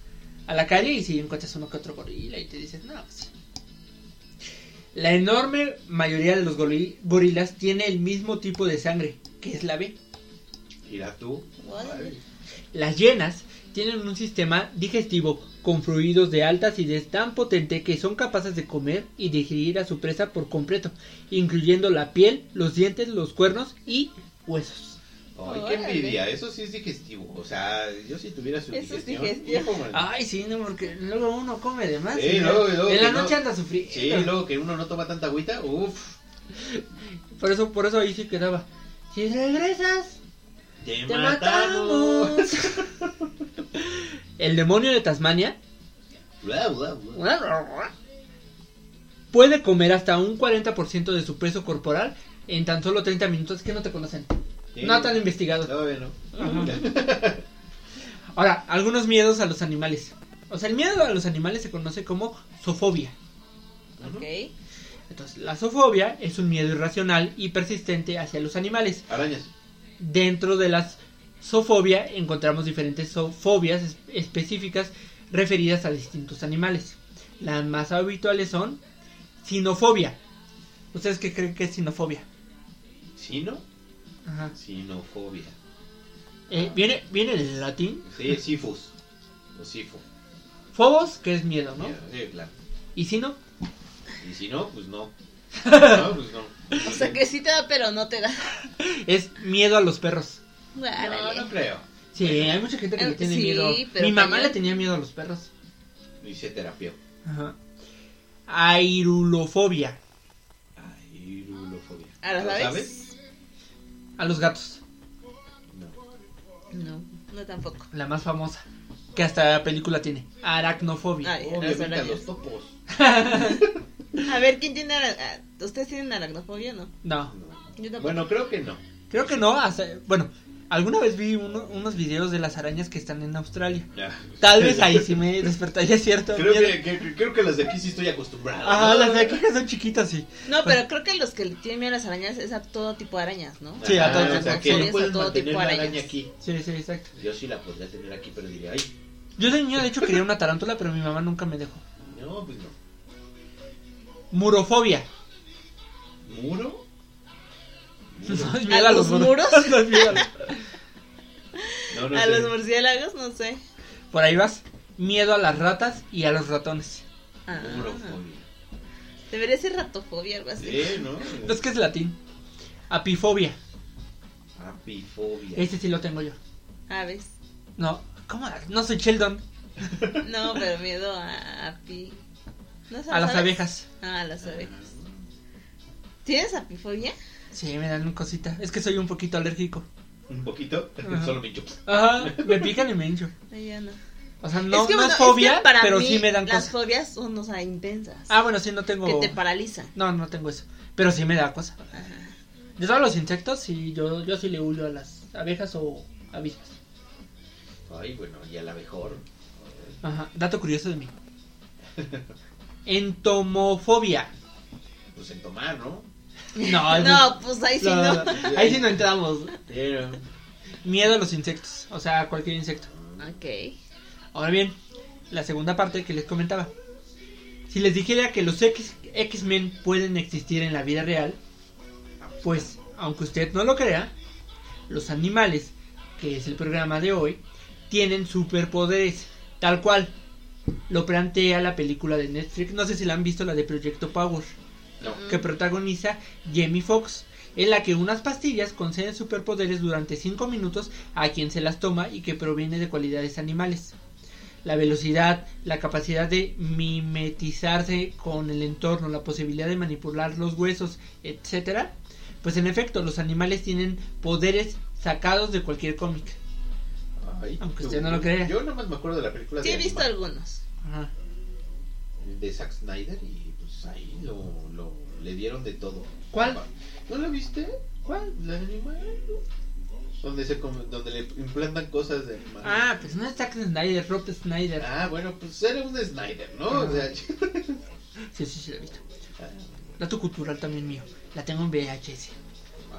Speaker 4: a la calle y si encuentras uno que otro gorila y te dices, no, pues". La enorme mayoría de los gori- gorilas tiene el mismo tipo de sangre, que es la B.
Speaker 3: Irá tú.
Speaker 5: What?
Speaker 3: Ay,
Speaker 4: Las hienas tienen un sistema digestivo con fluidos de alta acidez tan potente que son capaces de comer y digerir a su presa por completo, incluyendo la piel, los dientes, los cuernos y huesos.
Speaker 3: Ay,
Speaker 5: Órale.
Speaker 3: qué envidia. Eso sí es digestivo. O sea, yo si tuviera su
Speaker 5: Eso es
Speaker 3: digestión.
Speaker 5: digestivo.
Speaker 3: hijo, man.
Speaker 4: Ay, sí, no, porque luego uno come de más.
Speaker 3: Sí,
Speaker 4: y
Speaker 3: luego, luego
Speaker 4: en la
Speaker 3: que no.
Speaker 4: noche anda sufriendo.
Speaker 3: Sí, y luego que uno no toma tanta agüita, uff,
Speaker 4: Por eso, por eso ahí sí quedaba. Si regresas,
Speaker 3: te,
Speaker 4: te
Speaker 3: matamos.
Speaker 4: matamos. El demonio de Tasmania
Speaker 3: Bla, bla, bla.
Speaker 4: Puede comer hasta un 40% de su peso corporal en tan solo 30 minutos que no te conocen.
Speaker 3: Sí.
Speaker 4: No tan investigado.
Speaker 3: Todavía no.
Speaker 4: Ahora, algunos miedos a los animales. O sea, el miedo a los animales se conoce como zoofobia.
Speaker 5: Ok.
Speaker 4: Entonces, la zoofobia es un miedo irracional y persistente hacia los animales.
Speaker 3: Arañas.
Speaker 4: Dentro de las zoofobia encontramos diferentes zoofobias es- específicas referidas a distintos animales. Las más habituales son sinofobia. ¿Ustedes qué creen que es sinofobia?
Speaker 3: Sino,
Speaker 4: Ajá.
Speaker 3: sinofobia.
Speaker 4: Eh, viene, viene del latín
Speaker 3: Sí, sifus. O sifo.
Speaker 4: phobos, que es miedo, ¿no?
Speaker 3: Sí, claro.
Speaker 4: Y sino,
Speaker 3: Y si no, pues no. No, pues no.
Speaker 5: O sea que sí te da, pero no te da.
Speaker 4: es miedo a los perros.
Speaker 3: No,
Speaker 5: Árale.
Speaker 3: no creo.
Speaker 4: Sí, hay mucha gente que le
Speaker 5: Eh,
Speaker 4: tiene
Speaker 5: sí,
Speaker 4: miedo.
Speaker 5: pero
Speaker 4: Mi mamá
Speaker 5: también-
Speaker 4: le tenía miedo a los perros.
Speaker 3: Y se terapió.
Speaker 4: Ajá. Airulofobia,
Speaker 3: Ay, rulofobia.
Speaker 4: ¿Ah,
Speaker 5: Ahora,
Speaker 3: ¿Lo
Speaker 5: ¿Ah, ¿sabes?
Speaker 4: a los gatos,
Speaker 3: No.
Speaker 5: No, no tampoco.
Speaker 4: la más famosa, que hasta película tiene. Aracnofobia.
Speaker 5: Ay, las
Speaker 3: Obviamente a
Speaker 5: arañas.
Speaker 3: los topos.
Speaker 5: A ver, ¿quién tiene ara- ah, ¿Ustedes tienen aracnofobia o no?
Speaker 4: No, pues.
Speaker 3: No.
Speaker 5: Yo tampoco.
Speaker 3: Bueno, creo que no.
Speaker 4: creo que no. hasta- bueno, alguna vez vi uno- unos videos de las arañas que están en Australia.
Speaker 3: Ya.
Speaker 4: Tal vez ahí sí me despertaría cierto
Speaker 3: Creo
Speaker 4: miedo.
Speaker 3: que, que- creo que las de aquí sí estoy acostumbrado.
Speaker 4: Ajá, las de aquí que son chiquitas, sí.
Speaker 5: No, pero creo que los que le tienen miedo a las arañas es a todo tipo de arañas, ¿no?
Speaker 4: Sí, a
Speaker 3: Ah,
Speaker 4: todo
Speaker 3: o sea, que
Speaker 5: tipo
Speaker 3: no
Speaker 5: de
Speaker 3: pueden
Speaker 5: arañas, a todo
Speaker 3: mantener
Speaker 5: tipo
Speaker 3: la
Speaker 5: de
Speaker 3: araña
Speaker 5: arañas.
Speaker 3: aquí.
Speaker 4: Sí, sí, exacto.
Speaker 3: Yo sí la podría tener aquí, pero diría, ay,
Speaker 4: Yo de niño, de hecho, quería una tarántula, pero mi mamá nunca me dejó.
Speaker 3: no, pues no.
Speaker 4: Murofobia.
Speaker 3: ¿Muro? Muro.
Speaker 4: Los miedo a los
Speaker 5: los
Speaker 4: muros.
Speaker 5: muros?
Speaker 4: Los miedo a los-
Speaker 3: No, no
Speaker 5: a
Speaker 3: sé.
Speaker 5: los murciélagos, no sé.
Speaker 4: Por ahí vas. Miedo a las ratas y a los ratones.
Speaker 5: Ah,
Speaker 3: Murofobia.
Speaker 5: debería ser ratofobia,
Speaker 4: ah,
Speaker 5: algo así.
Speaker 3: Sí, ¿Eh, ¿no?
Speaker 4: Es que es latín. Apifobia.
Speaker 3: Apifobia.
Speaker 4: Ese sí lo tengo yo.
Speaker 5: Aves.
Speaker 4: No, ¿cómo? No soy Sheldon.
Speaker 5: No, pero miedo a, a pi. ¿No son
Speaker 4: A las
Speaker 5: aves?
Speaker 4: abejas.
Speaker 5: Ah, a las abejas. ¿Tienes apifobia?
Speaker 4: Sí, me dan cosita. Es que soy un poquito alérgico.
Speaker 3: Un poquito,
Speaker 4: Ajá.
Speaker 3: solo me chupa.
Speaker 4: Ajá, me pican y me hincho.
Speaker 5: Ay, ya no.
Speaker 4: O sea, no es, no
Speaker 5: bueno,
Speaker 4: es fobia,
Speaker 5: para
Speaker 4: pero
Speaker 5: mí
Speaker 4: sí me dan
Speaker 5: Las
Speaker 4: cosas.
Speaker 5: fobias son, o sea, intensas.
Speaker 4: Ah, bueno, sí, no tengo.
Speaker 5: Que te paralizan.
Speaker 4: No, no tengo eso. Pero sí me da cosa. De todos los insectos, sí, yo, yo sí le huyo a las abejas o avispas.
Speaker 3: Ay, bueno, y al abejor.
Speaker 4: Ajá, dato curioso de mí. Entomofobia.
Speaker 3: Pues en tomar, ¿no?
Speaker 4: No, eso-
Speaker 5: No, pues ahí sí
Speaker 4: la-
Speaker 5: no.
Speaker 4: Ahí sí no entramos.
Speaker 3: Pero...
Speaker 4: Miedo a los insectos, o sea, a cualquier insecto.
Speaker 5: Ok.
Speaker 4: Ahora bien, la segunda parte que les comentaba. Si les dijera que los X- X-Men pueden existir en la vida real, pues, aunque usted no lo crea, los animales, que es el programa de hoy, tienen superpoderes, tal cual lo plantea la película de Netflix. No sé si la han visto, la de Proyecto Power,
Speaker 3: No.
Speaker 4: que protagoniza Jamie Foxx. en la que unas pastillas conceden superpoderes durante 5 minutos a quien se las toma y que proviene de cualidades animales. La velocidad, la capacidad de mimetizarse con el entorno, la posibilidad de manipular los huesos, etcétera. Pues en efecto, los animales tienen poderes sacados de cualquier cómic.
Speaker 3: Ay,
Speaker 4: Aunque
Speaker 3: qué
Speaker 4: usted no lo
Speaker 3: bueno.
Speaker 4: crea.
Speaker 3: Yo nada más me acuerdo de la película
Speaker 5: Sí,
Speaker 3: de,
Speaker 5: he visto
Speaker 3: Batman,
Speaker 5: algunos.
Speaker 4: Ajá.
Speaker 3: de Zack Snyder y pues ahí lo, lo- le dieron de todo. Ah,
Speaker 4: ¿Cuál?
Speaker 3: ¿No la viste? ¿Cuál? La de animal. Donde, se, come- donde le implantan cosas de animal.
Speaker 4: Ah, pues no es Zack Snyder, Rob Snyder.
Speaker 3: Ah, bueno, pues era un Snyder, ¿no? O sea,
Speaker 4: Sí, sí, sí, la he visto. Dato cultural también mío. La tengo en VHS.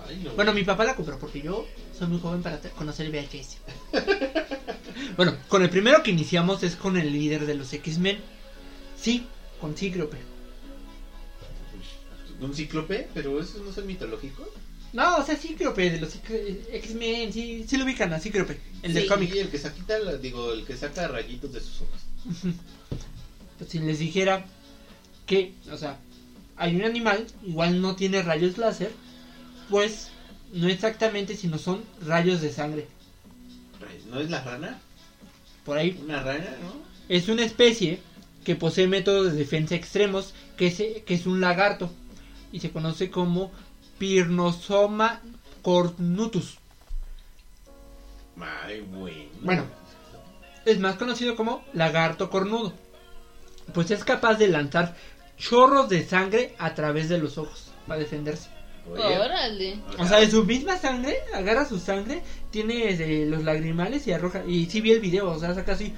Speaker 3: ay, no.
Speaker 4: Bueno, mi papá la compró porque yo soy muy joven para te- conocer VHS. bueno, con el primero que iniciamos es con el líder de los X-Men. Sí, con Cíclope.
Speaker 3: Pues, Un cíclope, pero esos no son mitológicos.
Speaker 4: No, o sea, Cíclope de los X- X-Men. Sí, sí lo ubican a Cíclope, el del
Speaker 3: Sí,
Speaker 4: cómic.
Speaker 3: el que saca, la- digo, el que saca rayitos de sus ojos.
Speaker 4: Pues si les dijera que, o sea, hay un animal, igual no tiene rayos láser, pues no exactamente, sino son rayos de sangre.
Speaker 3: Pues, ¿No es la rana?
Speaker 4: Por ahí
Speaker 3: Una rana, ¿no?
Speaker 4: Es una especie que posee métodos de defensa extremos, que es, que es un lagarto, y se conoce como Pirnosoma cornutus,
Speaker 3: Ay, bueno.
Speaker 4: Bueno. es más conocido como lagarto cornudo, pues es capaz de lanzar chorros de sangre a través de los ojos para defenderse.
Speaker 3: Oye,
Speaker 5: Órale.
Speaker 4: O sea, de su misma sangre, agarra su sangre, tiene eh, los lagrimales y arroja. Y sí vi el video, o sea, saca así.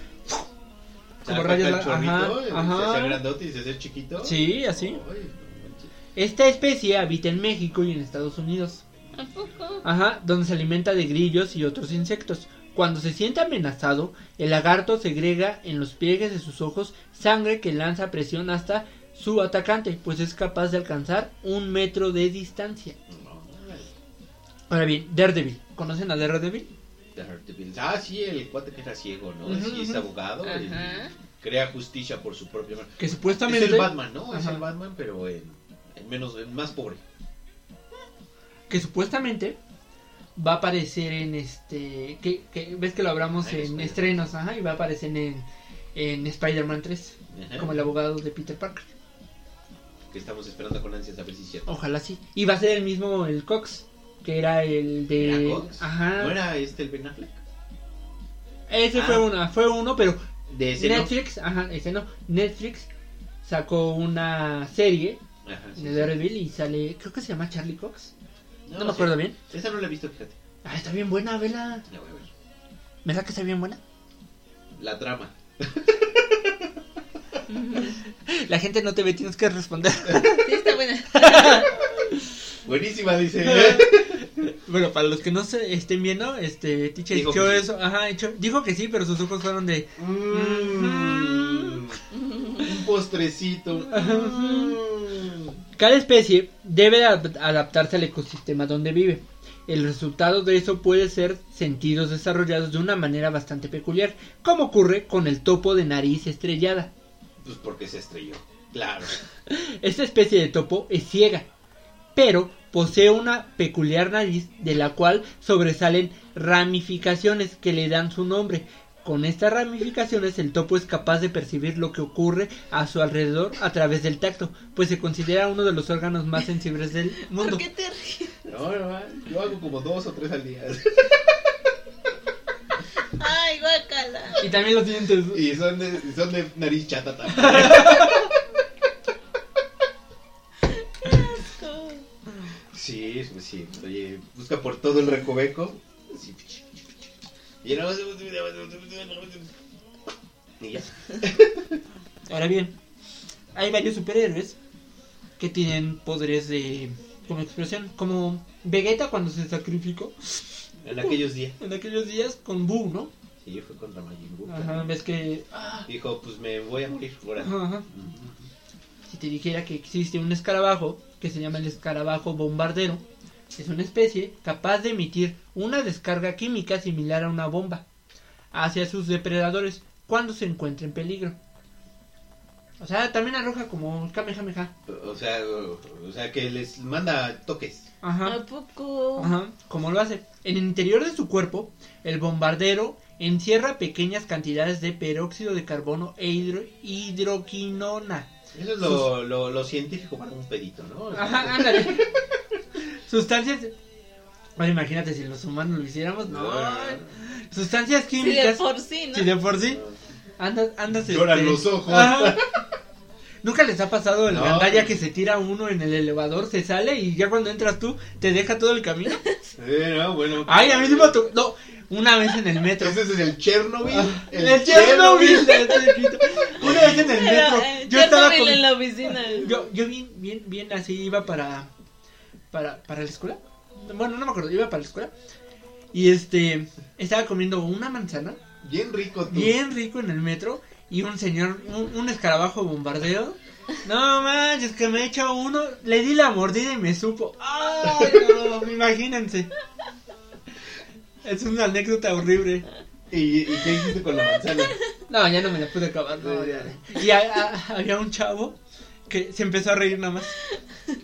Speaker 4: Como
Speaker 3: saca
Speaker 4: rayos
Speaker 3: el
Speaker 4: la-
Speaker 3: chorrito,
Speaker 4: ajá,
Speaker 3: el-
Speaker 4: ajá.
Speaker 3: se hace grandote y se hace chiquito.
Speaker 4: Sí, así.
Speaker 3: Ay, no manches.
Speaker 4: Esta especie habita en México y en Estados Unidos.
Speaker 5: ¿A poco?
Speaker 4: Ajá, donde se alimenta de grillos y otros insectos. Cuando se siente amenazado, el lagarto segrega en los pliegues de sus ojos sangre que lanza a presión hasta su atacante, pues es capaz de alcanzar un metro de distancia.
Speaker 3: No,
Speaker 4: Ahora bien, Daredevil. ¿Conocen a Daredevil?
Speaker 3: Daredevil. Ah, sí, el cuate que era ciego, ¿no?
Speaker 4: Ujú,
Speaker 3: Sí, es
Speaker 4: ujú.
Speaker 3: abogado. y
Speaker 5: Ajá.
Speaker 3: Crea justicia por su propia mano.
Speaker 4: Que
Speaker 3: Es
Speaker 4: supuestamente,
Speaker 3: el Batman, ¿no? Es
Speaker 4: Ajá.
Speaker 3: el Batman, pero en, en menos, en más pobre.
Speaker 4: que supuestamente va a aparecer en este... Que, que- ¿Ves que lo hablamos
Speaker 3: Ah, en
Speaker 4: en
Speaker 3: Spider-Man.
Speaker 4: estrenos? Ajá, y va a aparecer en, en Spider-Man 3,
Speaker 3: Ajá.
Speaker 4: como el abogado de Peter Parker.
Speaker 3: Que estamos esperando con ansias a ver si es cierto.
Speaker 4: Ojalá sí. Y va a ser el mismo el Cox, que era el de.
Speaker 3: ¿Era Cox?
Speaker 4: Eh, Ajá.
Speaker 3: ¿No era este el Ben Affleck?
Speaker 4: Ese
Speaker 3: Ah.
Speaker 4: fue una, fue uno, pero
Speaker 3: De ese no.
Speaker 4: Netflix, ajá, ese no. Netflix sacó una serie
Speaker 3: Ajá, sí,
Speaker 4: de
Speaker 3: sí.
Speaker 4: Daredevil y sale, creo que se llama Charlie Cox. No, me
Speaker 3: sí.
Speaker 4: acuerdo bien.
Speaker 3: Esa no la he visto, fíjate.
Speaker 4: Ah, está bien buena, vela.
Speaker 3: La voy a ver.
Speaker 4: ¿Me da que está bien buena?
Speaker 3: La trama.
Speaker 4: La gente no te ve, tienes que responder.
Speaker 5: Sí, está buena.
Speaker 3: Buenísima, dice.
Speaker 4: bueno, para los que no se estén viendo, este, Tiche
Speaker 3: Dijo
Speaker 4: echó
Speaker 3: que sí.
Speaker 4: eso, ajá, echó- dijo que sí, pero sus ojos fueron de.
Speaker 3: Mm. Un postrecito. Mm.
Speaker 4: Cada especie debe ad- adaptarse al ecosistema donde vive. El resultado de eso puede ser sentidos desarrollados de una manera bastante peculiar, como ocurre con el topo de nariz estrellada.
Speaker 3: Pues porque se estrelló. Claro.
Speaker 4: Esta especie de topo es ciega, pero posee una peculiar nariz de la cual sobresalen ramificaciones que le dan su nombre. Con estas ramificaciones el topo es capaz de percibir lo que ocurre a su alrededor a través del tacto, pues se considera uno de los órganos más sensibles del mundo.
Speaker 5: ¿Por qué te ríes?
Speaker 3: No, no, yo hago como dos o tres al día.
Speaker 5: Ay, guácala.
Speaker 4: Y también los dientes.
Speaker 3: Y son de, y son de nariz chata también. Sí, pues sí. Oye, busca por todo el recoveco. Sí. Y nada más- Y ya.
Speaker 4: Ahora bien, hay varios superhéroes que tienen poderes de como expresión, como Vegeta cuando se sacrificó
Speaker 3: En aquellos días.
Speaker 4: en aquellos días con Buu, ¿no?
Speaker 3: Y yo fui contra Majin Buu.
Speaker 4: Ajá, ves que
Speaker 3: Dijo, pues me voy a morir. Ahora.
Speaker 4: Ajá. Si te dijera que existe un escarabajo que se llama el escarabajo bombardero, es una especie capaz de emitir una descarga química similar a una bomba hacia sus depredadores cuando se encuentra en peligro. O sea, también arroja como Kamehameha.
Speaker 3: O sea, o sea que les manda toques.
Speaker 4: Ajá.
Speaker 5: ¿A poco?
Speaker 4: Ajá, como lo hace. En el interior de su cuerpo, el bombardero encierra pequeñas cantidades de peróxido de carbono e hidro- hidroquinona.
Speaker 3: Eso es lo, lo, lo científico para un pedito, ¿no?
Speaker 4: Ajá, ándale. Sustancias. Bueno, imagínate si los humanos lo hiciéramos. No. Sustancias
Speaker 5: Sí, de
Speaker 4: químicas.
Speaker 5: por sí, ¿no?
Speaker 4: Si de por sí. Andas, andas este
Speaker 3: Lloran los ojos.
Speaker 4: Ajá. Nunca les ha pasado el
Speaker 3: No.
Speaker 4: gandalla que se tira uno en el elevador, se sale y ya cuando entras tú te deja todo el camino.
Speaker 3: Eh, no, bueno.
Speaker 4: Ay, a mí sí me tocó. No, una vez en el metro.
Speaker 3: Ese es el Chernobyl.
Speaker 4: En el Chernobyl. Una vez en el
Speaker 5: Pero,
Speaker 4: metro.
Speaker 5: eh,
Speaker 4: Yo estaba
Speaker 5: Chernobyl en
Speaker 4: con.
Speaker 5: la oficina.
Speaker 4: Yo, yo bien, bien, bien así iba para, para. Para la escuela. Bueno, no me acuerdo, iba para la escuela. Y este. Estaba comiendo una manzana.
Speaker 3: Bien rico tú.
Speaker 4: Bien rico en el metro. Y un señor. Un, un escarabajo bombardeo. No manches, que me he echado uno. Le di la mordida y me supo. Ay, no, imagínense. Es una anécdota horrible.
Speaker 3: ¿Y, ¿Y qué hiciste con la manzana?
Speaker 4: No, ya no me la pude acabar. no, ya. Y a- a- había un chavo que se empezó a reír nada más.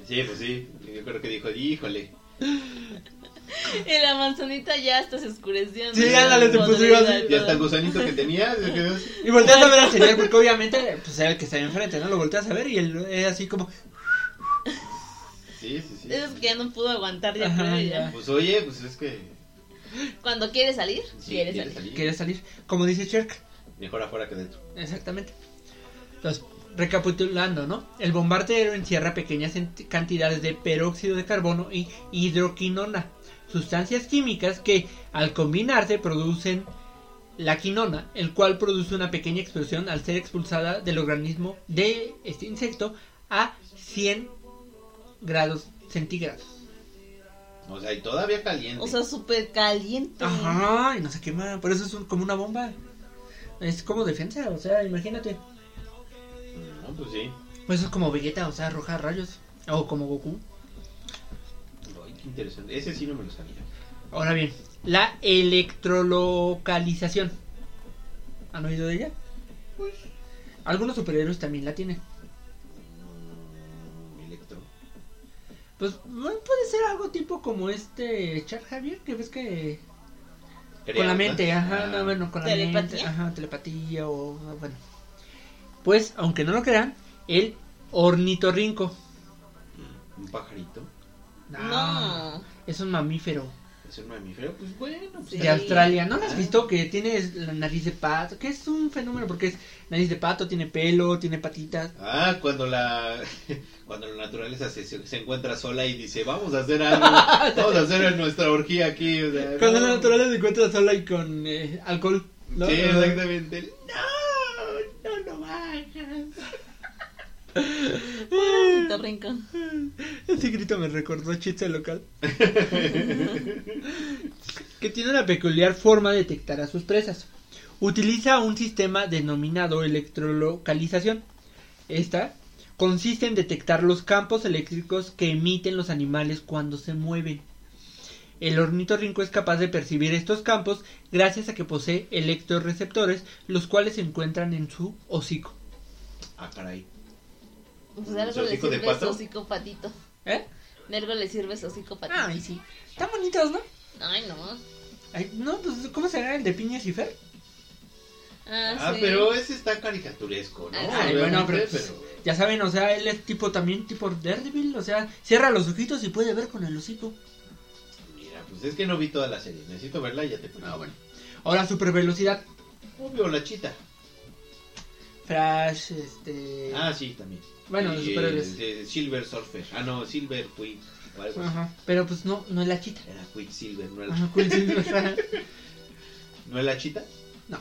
Speaker 3: Sí, pues sí. Yo creo que dijo, híjole.
Speaker 5: Y la manzanita ya hasta se oscureció. ¿no?
Speaker 4: Sí, ándale, te puso
Speaker 5: Podrida
Speaker 4: así.
Speaker 5: y
Speaker 3: Ya
Speaker 5: todo.
Speaker 3: está el gusanito que tenía. se quedó así.
Speaker 4: Y volteas a ver al señor, porque obviamente, pues era el que estaba enfrente, ¿no? Lo volteas a ver y él es así como.
Speaker 3: Sí, sí, sí.
Speaker 5: Eso es que ya no pudo aguantar ya,
Speaker 4: Ajá,
Speaker 5: creo,
Speaker 4: ya.
Speaker 5: ya.
Speaker 3: Pues oye, pues es que.
Speaker 5: Cuando quiere salir,
Speaker 3: sí,
Speaker 5: quiere
Speaker 3: quiere
Speaker 5: salir.
Speaker 4: Quería salir. Como dice Cherk.
Speaker 3: Mejor afuera que dentro.
Speaker 4: Exactamente. Entonces, recapitulando, ¿no? El bombardero encierra pequeñas ent- cantidades de peróxido de carbono y hidroquinona, sustancias químicas que al combinarse producen la quinona, el cual produce una pequeña explosión al ser expulsada del organismo de este insecto a 100 grados centígrados.
Speaker 3: O sea, y todavía caliente.
Speaker 5: O sea, súper caliente.
Speaker 4: Ajá, y no se quema, por eso es un- como una bomba. Es como defensa, o sea, imagínate.
Speaker 3: No, pues sí.
Speaker 4: Pues eso es como Vegeta, o sea, arroja rayos. O como Goku.
Speaker 3: Ay, qué interesante. Ese sí no me lo sabía.
Speaker 4: Ahora bien, la electrolocalización. ¿Han oído de ella? Pues, Algunos superhéroes también la tienen.
Speaker 3: Mm, Electro.
Speaker 4: Pues bueno, puede ser algo tipo como este Char Javier, que ves que... Con la
Speaker 3: Creando.
Speaker 4: mente, ajá,
Speaker 3: Ah,
Speaker 4: no, bueno, con la mente.
Speaker 5: ¿Telepatía?
Speaker 4: Ajá, telepatía o... ah, Bueno. Pues, aunque no lo crean, el ornitorrinco.
Speaker 3: Un pajarito.
Speaker 4: Ah,
Speaker 5: No.
Speaker 4: Es un mamífero.
Speaker 3: Es un mamífero. Pues bueno. Pues Ah.
Speaker 5: Sí.
Speaker 4: de Australia. ¿No lo has visto que tienes la nariz de pato? Que es un fenómeno porque es nariz de pato, tiene pelo, tiene patitas.
Speaker 3: Ah, cuando la cuando la naturaleza se, se, se encuentra sola y dice, vamos a hacer algo, vamos a hacer nuestra orgía aquí. O sea,
Speaker 4: Cuando
Speaker 3: no.
Speaker 4: la naturaleza se encuentra sola y con eh, alcohol. ¿no?
Speaker 3: Sí,
Speaker 4: Eh,
Speaker 3: exactamente. No, no lo hagas.
Speaker 5: Pobrecito rincón.
Speaker 4: Ese grito me recordó chiste local. que tiene una peculiar forma de detectar a sus presas. Utiliza un sistema denominado electrolocalización. Esta consiste en detectar los campos eléctricos que emiten los animales cuando se mueven. El ornitorrinco es capaz de percibir estos campos gracias a que posee electroreceptores, los cuales se encuentran en su hocico.
Speaker 3: Ah, caray.
Speaker 5: Pues algo le
Speaker 3: ¿Hocico de
Speaker 5: sirve
Speaker 3: pato?
Speaker 5: su hocico patito.
Speaker 4: ¿Eh?
Speaker 5: De algo le sirve su hocico patito.
Speaker 4: Ay, sí. Están bonitos, ¿no?
Speaker 5: Ay, no.
Speaker 4: Ay, no, pues, ¿cómo será el de piña y fer?
Speaker 5: Ah,
Speaker 3: Ah,
Speaker 5: sí.
Speaker 3: pero ese está caricaturesco, ¿no?
Speaker 5: Ay,
Speaker 4: Ah, bueno,
Speaker 3: Obviamente,
Speaker 4: pero- pues, Ya saben, o sea, él es tipo también tipo Daredevil, o sea, cierra los ojitos y puede ver con el hocico.
Speaker 3: Mira, pues es que no vi toda la serie. Necesito verla y ya te cuento.
Speaker 4: Ah, bueno. Ahora, super velocidad.
Speaker 3: Obvio, la chita.
Speaker 4: Flash, este.
Speaker 3: Ah, sí, también.
Speaker 4: bueno, los
Speaker 3: Y,
Speaker 4: superhéroes.
Speaker 3: eh, de Silver Surfer. Ah, no, Silver Queen. o algo así.
Speaker 4: Ajá. Pero pues no, no es la chita.
Speaker 3: Era Quicksilver, ¿no era,
Speaker 4: Ajá, Quicksilver, ajá.
Speaker 3: ¿no es la chita?
Speaker 4: No.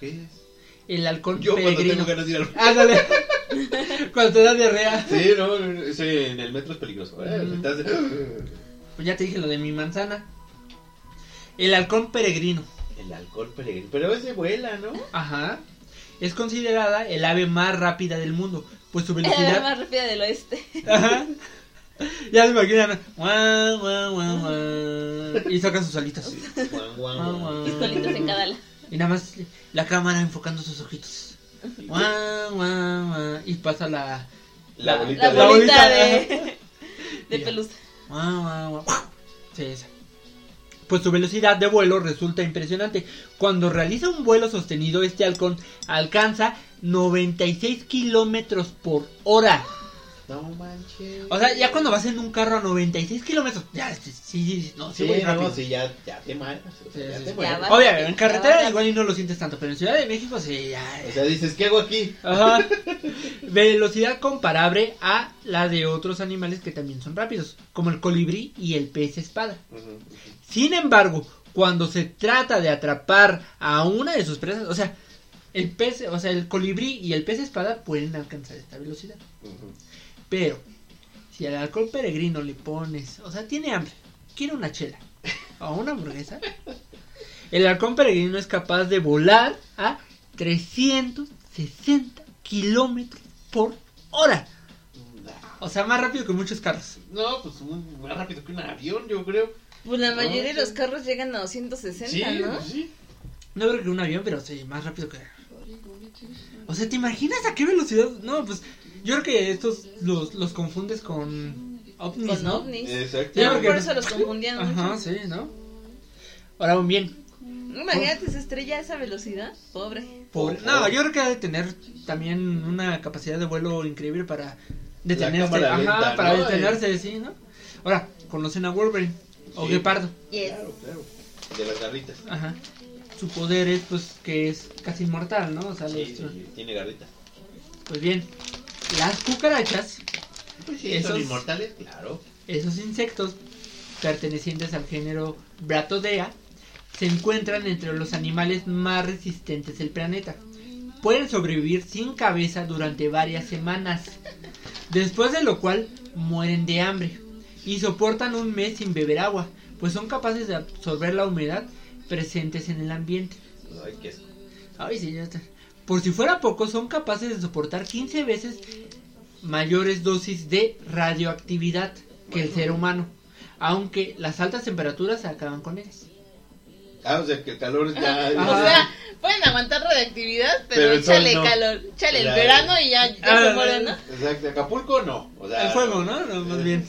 Speaker 3: ¿Qué es?
Speaker 4: El halcón
Speaker 3: Yo
Speaker 4: peregrino.
Speaker 3: cuando tengo ganas de ir al...
Speaker 4: Ándale. cuando te da diarrea.
Speaker 3: Sí, no, ese en el metro es peligroso. ¿eh?
Speaker 4: Ujú.
Speaker 3: Estás-
Speaker 4: Pues ya te dije lo de mi manzana. El halcón peregrino.
Speaker 3: El alcohol peregrino. Pero ese vuela, ¿no?
Speaker 4: Ajá. Es considerada el ave más rápida del mundo, pues su
Speaker 5: Era la
Speaker 4: velocidad
Speaker 5: más rápida del oeste.
Speaker 4: Ajá. Ya se imaginan. guau, guau, guau, guau, Y sacan sus alitas.
Speaker 3: Sí. Guau, guau, guau.
Speaker 4: Guau, guau.
Speaker 5: Pistolitas en cada ala.
Speaker 4: Y nada más la cámara enfocando sus ojitos.
Speaker 3: Y
Speaker 4: Guau, guau, guau, Y pasa la.
Speaker 3: La
Speaker 4: La-
Speaker 3: bolita
Speaker 5: La
Speaker 3: de...
Speaker 4: La bolita.
Speaker 5: bolita de. De
Speaker 4: Ya.
Speaker 5: pelusa.
Speaker 4: Guau, guau, guau. Sí, esa. Pues su velocidad de vuelo resulta impresionante. Cuando realiza un vuelo sostenido, este halcón alcanza 96 kilómetros por hora.
Speaker 3: No manches.
Speaker 4: O sea, ya cuando vas en un carro a 96 kilómetros, ya, sí, sí, no, sí,
Speaker 3: Sí,
Speaker 4: voy
Speaker 3: no,
Speaker 4: rápido.
Speaker 3: sí, ya, ya te mareas. o sea,
Speaker 4: Sí,
Speaker 3: ya
Speaker 4: sí,
Speaker 3: te
Speaker 4: sí.
Speaker 3: mueres.
Speaker 5: Ya vas.
Speaker 4: Obvio, en carretera
Speaker 5: Ahora-
Speaker 4: igual y no lo sientes tanto, pero en Ciudad de México sí, ya.
Speaker 3: O sea, dices, ¿qué hago aquí?
Speaker 4: Ajá. Velocidad comparable a la de otros animales que también son rápidos, como el colibrí y el pez espada. Sin embargo, cuando se trata de atrapar a una de sus presas, o sea, el pez, o sea, el colibrí y el pez espada pueden alcanzar esta velocidad. Pero, si al alcohol peregrino le pones, o sea, tiene hambre, quiere una chela o una hamburguesa, el halcón peregrino es capaz de volar a 360 kilómetros por hora. O sea, más rápido que muchos carros.
Speaker 3: No, pues un- más rápido que un avión, yo creo.
Speaker 5: Pues la
Speaker 3: No,
Speaker 5: mayoría de
Speaker 3: sí.
Speaker 5: los carros llegan a 260,
Speaker 3: Sí,
Speaker 5: ¿no?
Speaker 3: pues sí.
Speaker 4: No creo que un avión, pero sí, más rápido que... O sea, ¿te imaginas a qué velocidad? No, pues yo creo que estos los, los confundes con ovnis,
Speaker 5: Con
Speaker 4: ¿no?
Speaker 5: ovnis.
Speaker 3: Exacto.
Speaker 4: Ya,
Speaker 5: Yo
Speaker 4: porque-
Speaker 5: por eso los confundían
Speaker 4: Ajá,
Speaker 5: mucho.
Speaker 4: sí, ¿no? Ahora bien,
Speaker 5: Imagínate, se estrella a esa velocidad. Pobre.
Speaker 4: pobre- No, yo creo que ha de tener también una capacidad de vuelo increíble para detenerse.
Speaker 3: cámara
Speaker 4: Ajá,
Speaker 3: lenta,
Speaker 4: para
Speaker 3: ¿no?
Speaker 4: detenerse, sí, ¿no? Ahora, conocen a Wolverine o
Speaker 3: Sí.
Speaker 4: Gepardo.
Speaker 5: Yes.
Speaker 3: Claro, claro. De las garritas.
Speaker 4: Ajá. Su poder es, pues, que es casi inmortal, ¿no? O sea,
Speaker 3: Sí,
Speaker 4: los-
Speaker 3: sí, sí, tiene garritas.
Speaker 4: pues bien, las cucarachas
Speaker 3: Pues
Speaker 4: sí,
Speaker 3: son
Speaker 4: esos-
Speaker 3: inmortales, claro.
Speaker 4: Esos insectos, pertenecientes al género Bratodea, se encuentran entre los animales más resistentes del planeta. Pueden sobrevivir sin cabeza durante varias semanas, después de lo cual mueren de hambre y soportan un mes sin beber agua, pues son capaces de absorber la humedad presentes en el ambiente.
Speaker 3: Ay, qué asco.
Speaker 4: Ay, sí, ya está. Por si fuera poco, son capaces de soportar 15 veces mayores dosis de radioactividad que el ser humano. Aunque las altas temperaturas acaban con ellas.
Speaker 3: Ah, o sea, que el calor ya.
Speaker 4: Ajá.
Speaker 5: O sea, pueden aguantar radioactividad, pero,
Speaker 3: Pero el sol
Speaker 5: échale
Speaker 3: no.
Speaker 5: calor, échale el
Speaker 3: Ya,
Speaker 5: verano y ya, ya
Speaker 4: Ah,
Speaker 5: se mueren, ¿no?
Speaker 3: Exacto, Acapulco no. O sea,
Speaker 4: El fuego, ¿no? No, Más
Speaker 3: Eh,
Speaker 4: bien.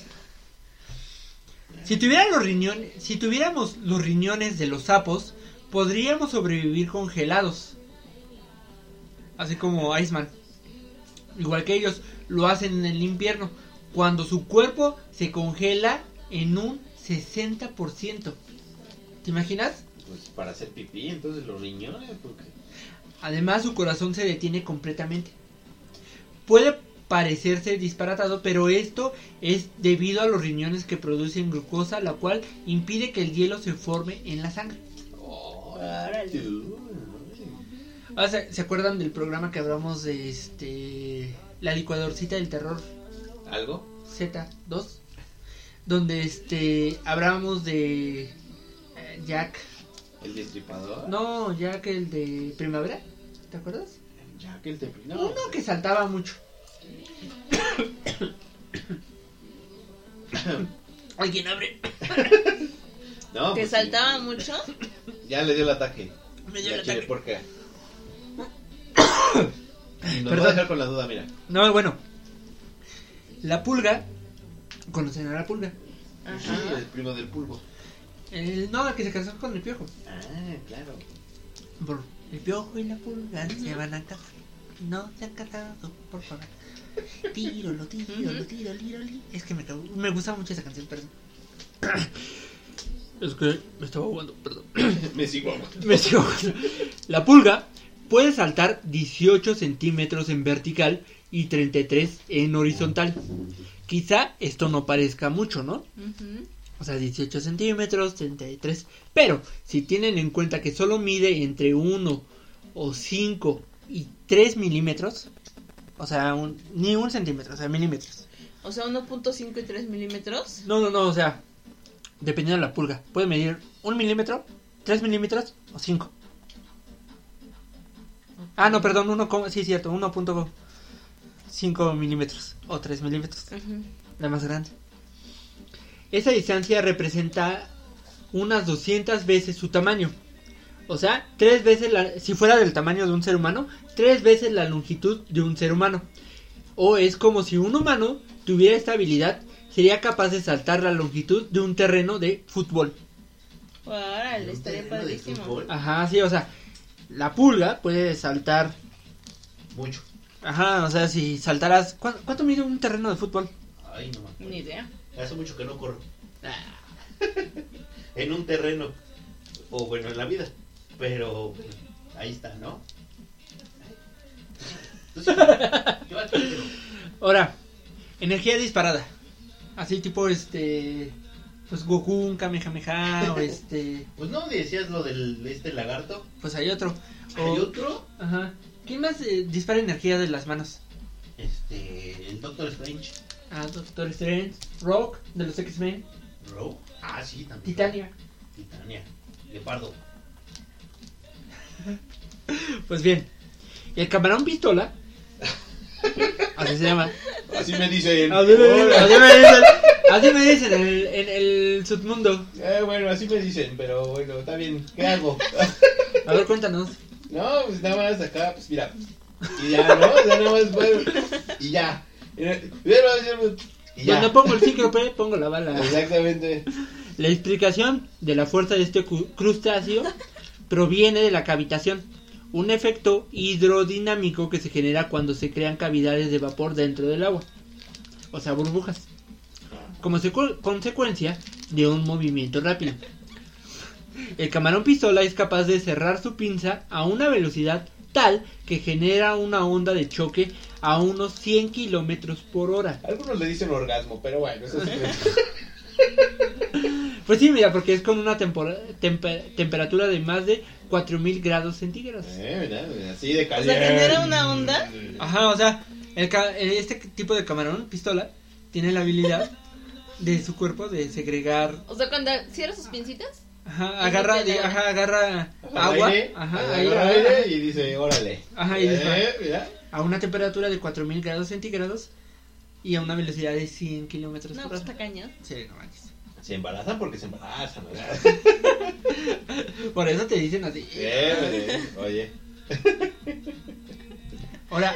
Speaker 4: Si tuvieran los riñones, si tuviéramos los riñones de los sapos, podríamos sobrevivir congelados. Así como Iceman. Igual que ellos lo hacen en el invierno, cuando su cuerpo se congela en un 60%. ¿Te imaginas?
Speaker 3: Pues para hacer pipí, entonces los riñones, porque.
Speaker 4: Además, su corazón se detiene completamente. Puede parecerse disparatado, pero esto es debido a los riñones que producen glucosa, la cual impide que el hielo se forme en la sangre.
Speaker 3: Órale.
Speaker 4: Ah, ¿se, se acuerdan del programa que hablamos de este la licuadorcita del terror
Speaker 3: ¿Algo?
Speaker 4: Z2? Donde este hablábamos de eh, Jack,
Speaker 3: ¿El destripador?
Speaker 4: no, Jack el de primavera, ¿te acuerdas?
Speaker 3: Ya que el pues tepino.
Speaker 4: Uno que saltaba mucho. Alguien abre.
Speaker 3: No,
Speaker 5: Que
Speaker 3: pues,
Speaker 5: saltaba mucho.
Speaker 3: Ya le dio el ataque.
Speaker 4: Me dio
Speaker 3: ya
Speaker 4: el
Speaker 3: quiere
Speaker 4: ataque.
Speaker 3: porca. Y Nos va
Speaker 4: Perdón.
Speaker 3: a dejar con la duda, mira.
Speaker 4: No, bueno. La pulga. ¿Conocen a la pulga?
Speaker 3: Sí,
Speaker 5: Ajá.
Speaker 3: el primo del pulvo.
Speaker 4: El, no, el que se casó con el piojo.
Speaker 3: Ah, claro.
Speaker 4: Por- el piojo y la pulga se van a casar. No se han casado, por favor. Tiro, lo tiro, lo tiro, tiro, li- Es que me, acabo- me gusta mucho esa canción, perdón. Es que me estaba jugando, perdón.
Speaker 3: Me sigo.
Speaker 4: Me sigo acordando. La pulga puede saltar 18 centímetros en vertical y 33 en horizontal. Quizá esto no parezca mucho, ¿no?
Speaker 5: Ujú.
Speaker 4: O sea, 18 centímetros, 33. Pero si tienen en cuenta que solo mide entre 1 o 5 y 3 milímetros, o sea, un- ni un centímetro, o sea, milímetros.
Speaker 5: O sea, 1.5 y 3 milímetros.
Speaker 4: No, no, no, o sea, dependiendo de la pulga, puede medir 1 milímetro, 3 milímetros o 5. Ah, no, perdón, 1, coma- sí, cierto, 1.5 milímetros o 3 milímetros.
Speaker 5: Ujú.
Speaker 4: La más grande. Esa distancia representa unas 200 veces su tamaño. O sea, tres veces la, si fuera del tamaño de un ser humano, tres veces la longitud de un ser humano. O es como si un humano tuviera esta habilidad sería capaz de saltar la longitud de un terreno de fútbol.
Speaker 5: Órale,
Speaker 3: ¿Un
Speaker 5: estaría
Speaker 3: terreno de
Speaker 5: padrísimo.
Speaker 3: fútbol?
Speaker 4: Ajá, sí, o sea, la pulga puede saltar.
Speaker 3: Mucho.
Speaker 4: Ajá, o sea, si saltaras. ¿Cuánto, cuánto mide un terreno de fútbol?
Speaker 3: Ay, no me acuerdo.
Speaker 5: Ni idea.
Speaker 3: Hace mucho que no corro. en un terreno. O bueno, en la vida. Pero bueno, ahí está, ¿no? Entonces, yo al tercero.
Speaker 4: Ahora, energía disparada. Así tipo este. Pues Goku, un Kamehameha, o este.
Speaker 3: Pues no decías lo del de este lagarto.
Speaker 4: Pues hay otro. O-
Speaker 3: Hay otro.
Speaker 4: Ajá. ¿Quién más eh, dispara energía de las manos?
Speaker 3: Este. El Doctor Strange.
Speaker 4: Ah, Doctor Strange, Rock, de los X-Men,
Speaker 3: Row. Ah, sí, también.
Speaker 4: Titania.
Speaker 3: Titania. Leopardo.
Speaker 4: Pues bien, el camarón pistola. Así se llama.
Speaker 3: Así me dicen.
Speaker 4: Así me dicen, así me dicen, así me dicen en, el, en el submundo.
Speaker 3: Eh, bueno, así me dicen, pero bueno, está bien. ¿Qué hago?
Speaker 4: A ver, cuéntanos.
Speaker 3: No, pues nada más acá, pues mira. Y ya, ¿no? O sea, nada más puedo. Y ya. Eh, Y no- pues, Y ya.
Speaker 4: Cuando Pues pongo el cíclope, pongo la bala.
Speaker 3: Exactamente.
Speaker 4: La explicación de la fuerza de este cu- crustáceo proviene de la cavitación, un efecto hidrodinámico que se genera cuando se crean cavidades de vapor dentro del agua, o sea, burbujas, como secu- consecuencia de un movimiento rápido. El camarón pistola es capaz de cerrar su pinza a una velocidad tal que genera una onda de choque a unos 100 kilómetros por hora.
Speaker 3: Algunos le dicen orgasmo, pero bueno, eso es.
Speaker 4: Pues sí, mira, porque es con una tempora- tempe- temperatura de más de 4000 grados centígrados.
Speaker 3: Eh, ¿verdad? Así de
Speaker 5: sea,
Speaker 3: caliente.
Speaker 5: genera una onda.
Speaker 4: Ajá, o sea, el ca- el- este tipo de camarón, pistola, tiene la habilidad de su cuerpo de segregar.
Speaker 8: O sea, cuando cierra sus pincitas,
Speaker 4: Ajá, agarra, de- ajá, agarra
Speaker 3: Agarra
Speaker 4: agua
Speaker 3: aire,
Speaker 4: ajá,
Speaker 3: agarra
Speaker 4: aire,
Speaker 3: aire
Speaker 4: ajá,
Speaker 3: y dice, órale.
Speaker 4: Ajá, y dice,
Speaker 3: Eh, mira.
Speaker 4: a una temperatura de 4000 grados centígrados y a una velocidad de 100 kilómetros
Speaker 5: No,
Speaker 4: por
Speaker 5: pues
Speaker 4: hora.
Speaker 5: está cañón.
Speaker 4: Sí, no manches.
Speaker 3: Se embarazan porque se Eh, embarazan, ¿verdad?
Speaker 4: Por eso te dicen así.
Speaker 3: Eh, mire, Oye.
Speaker 4: Ahora,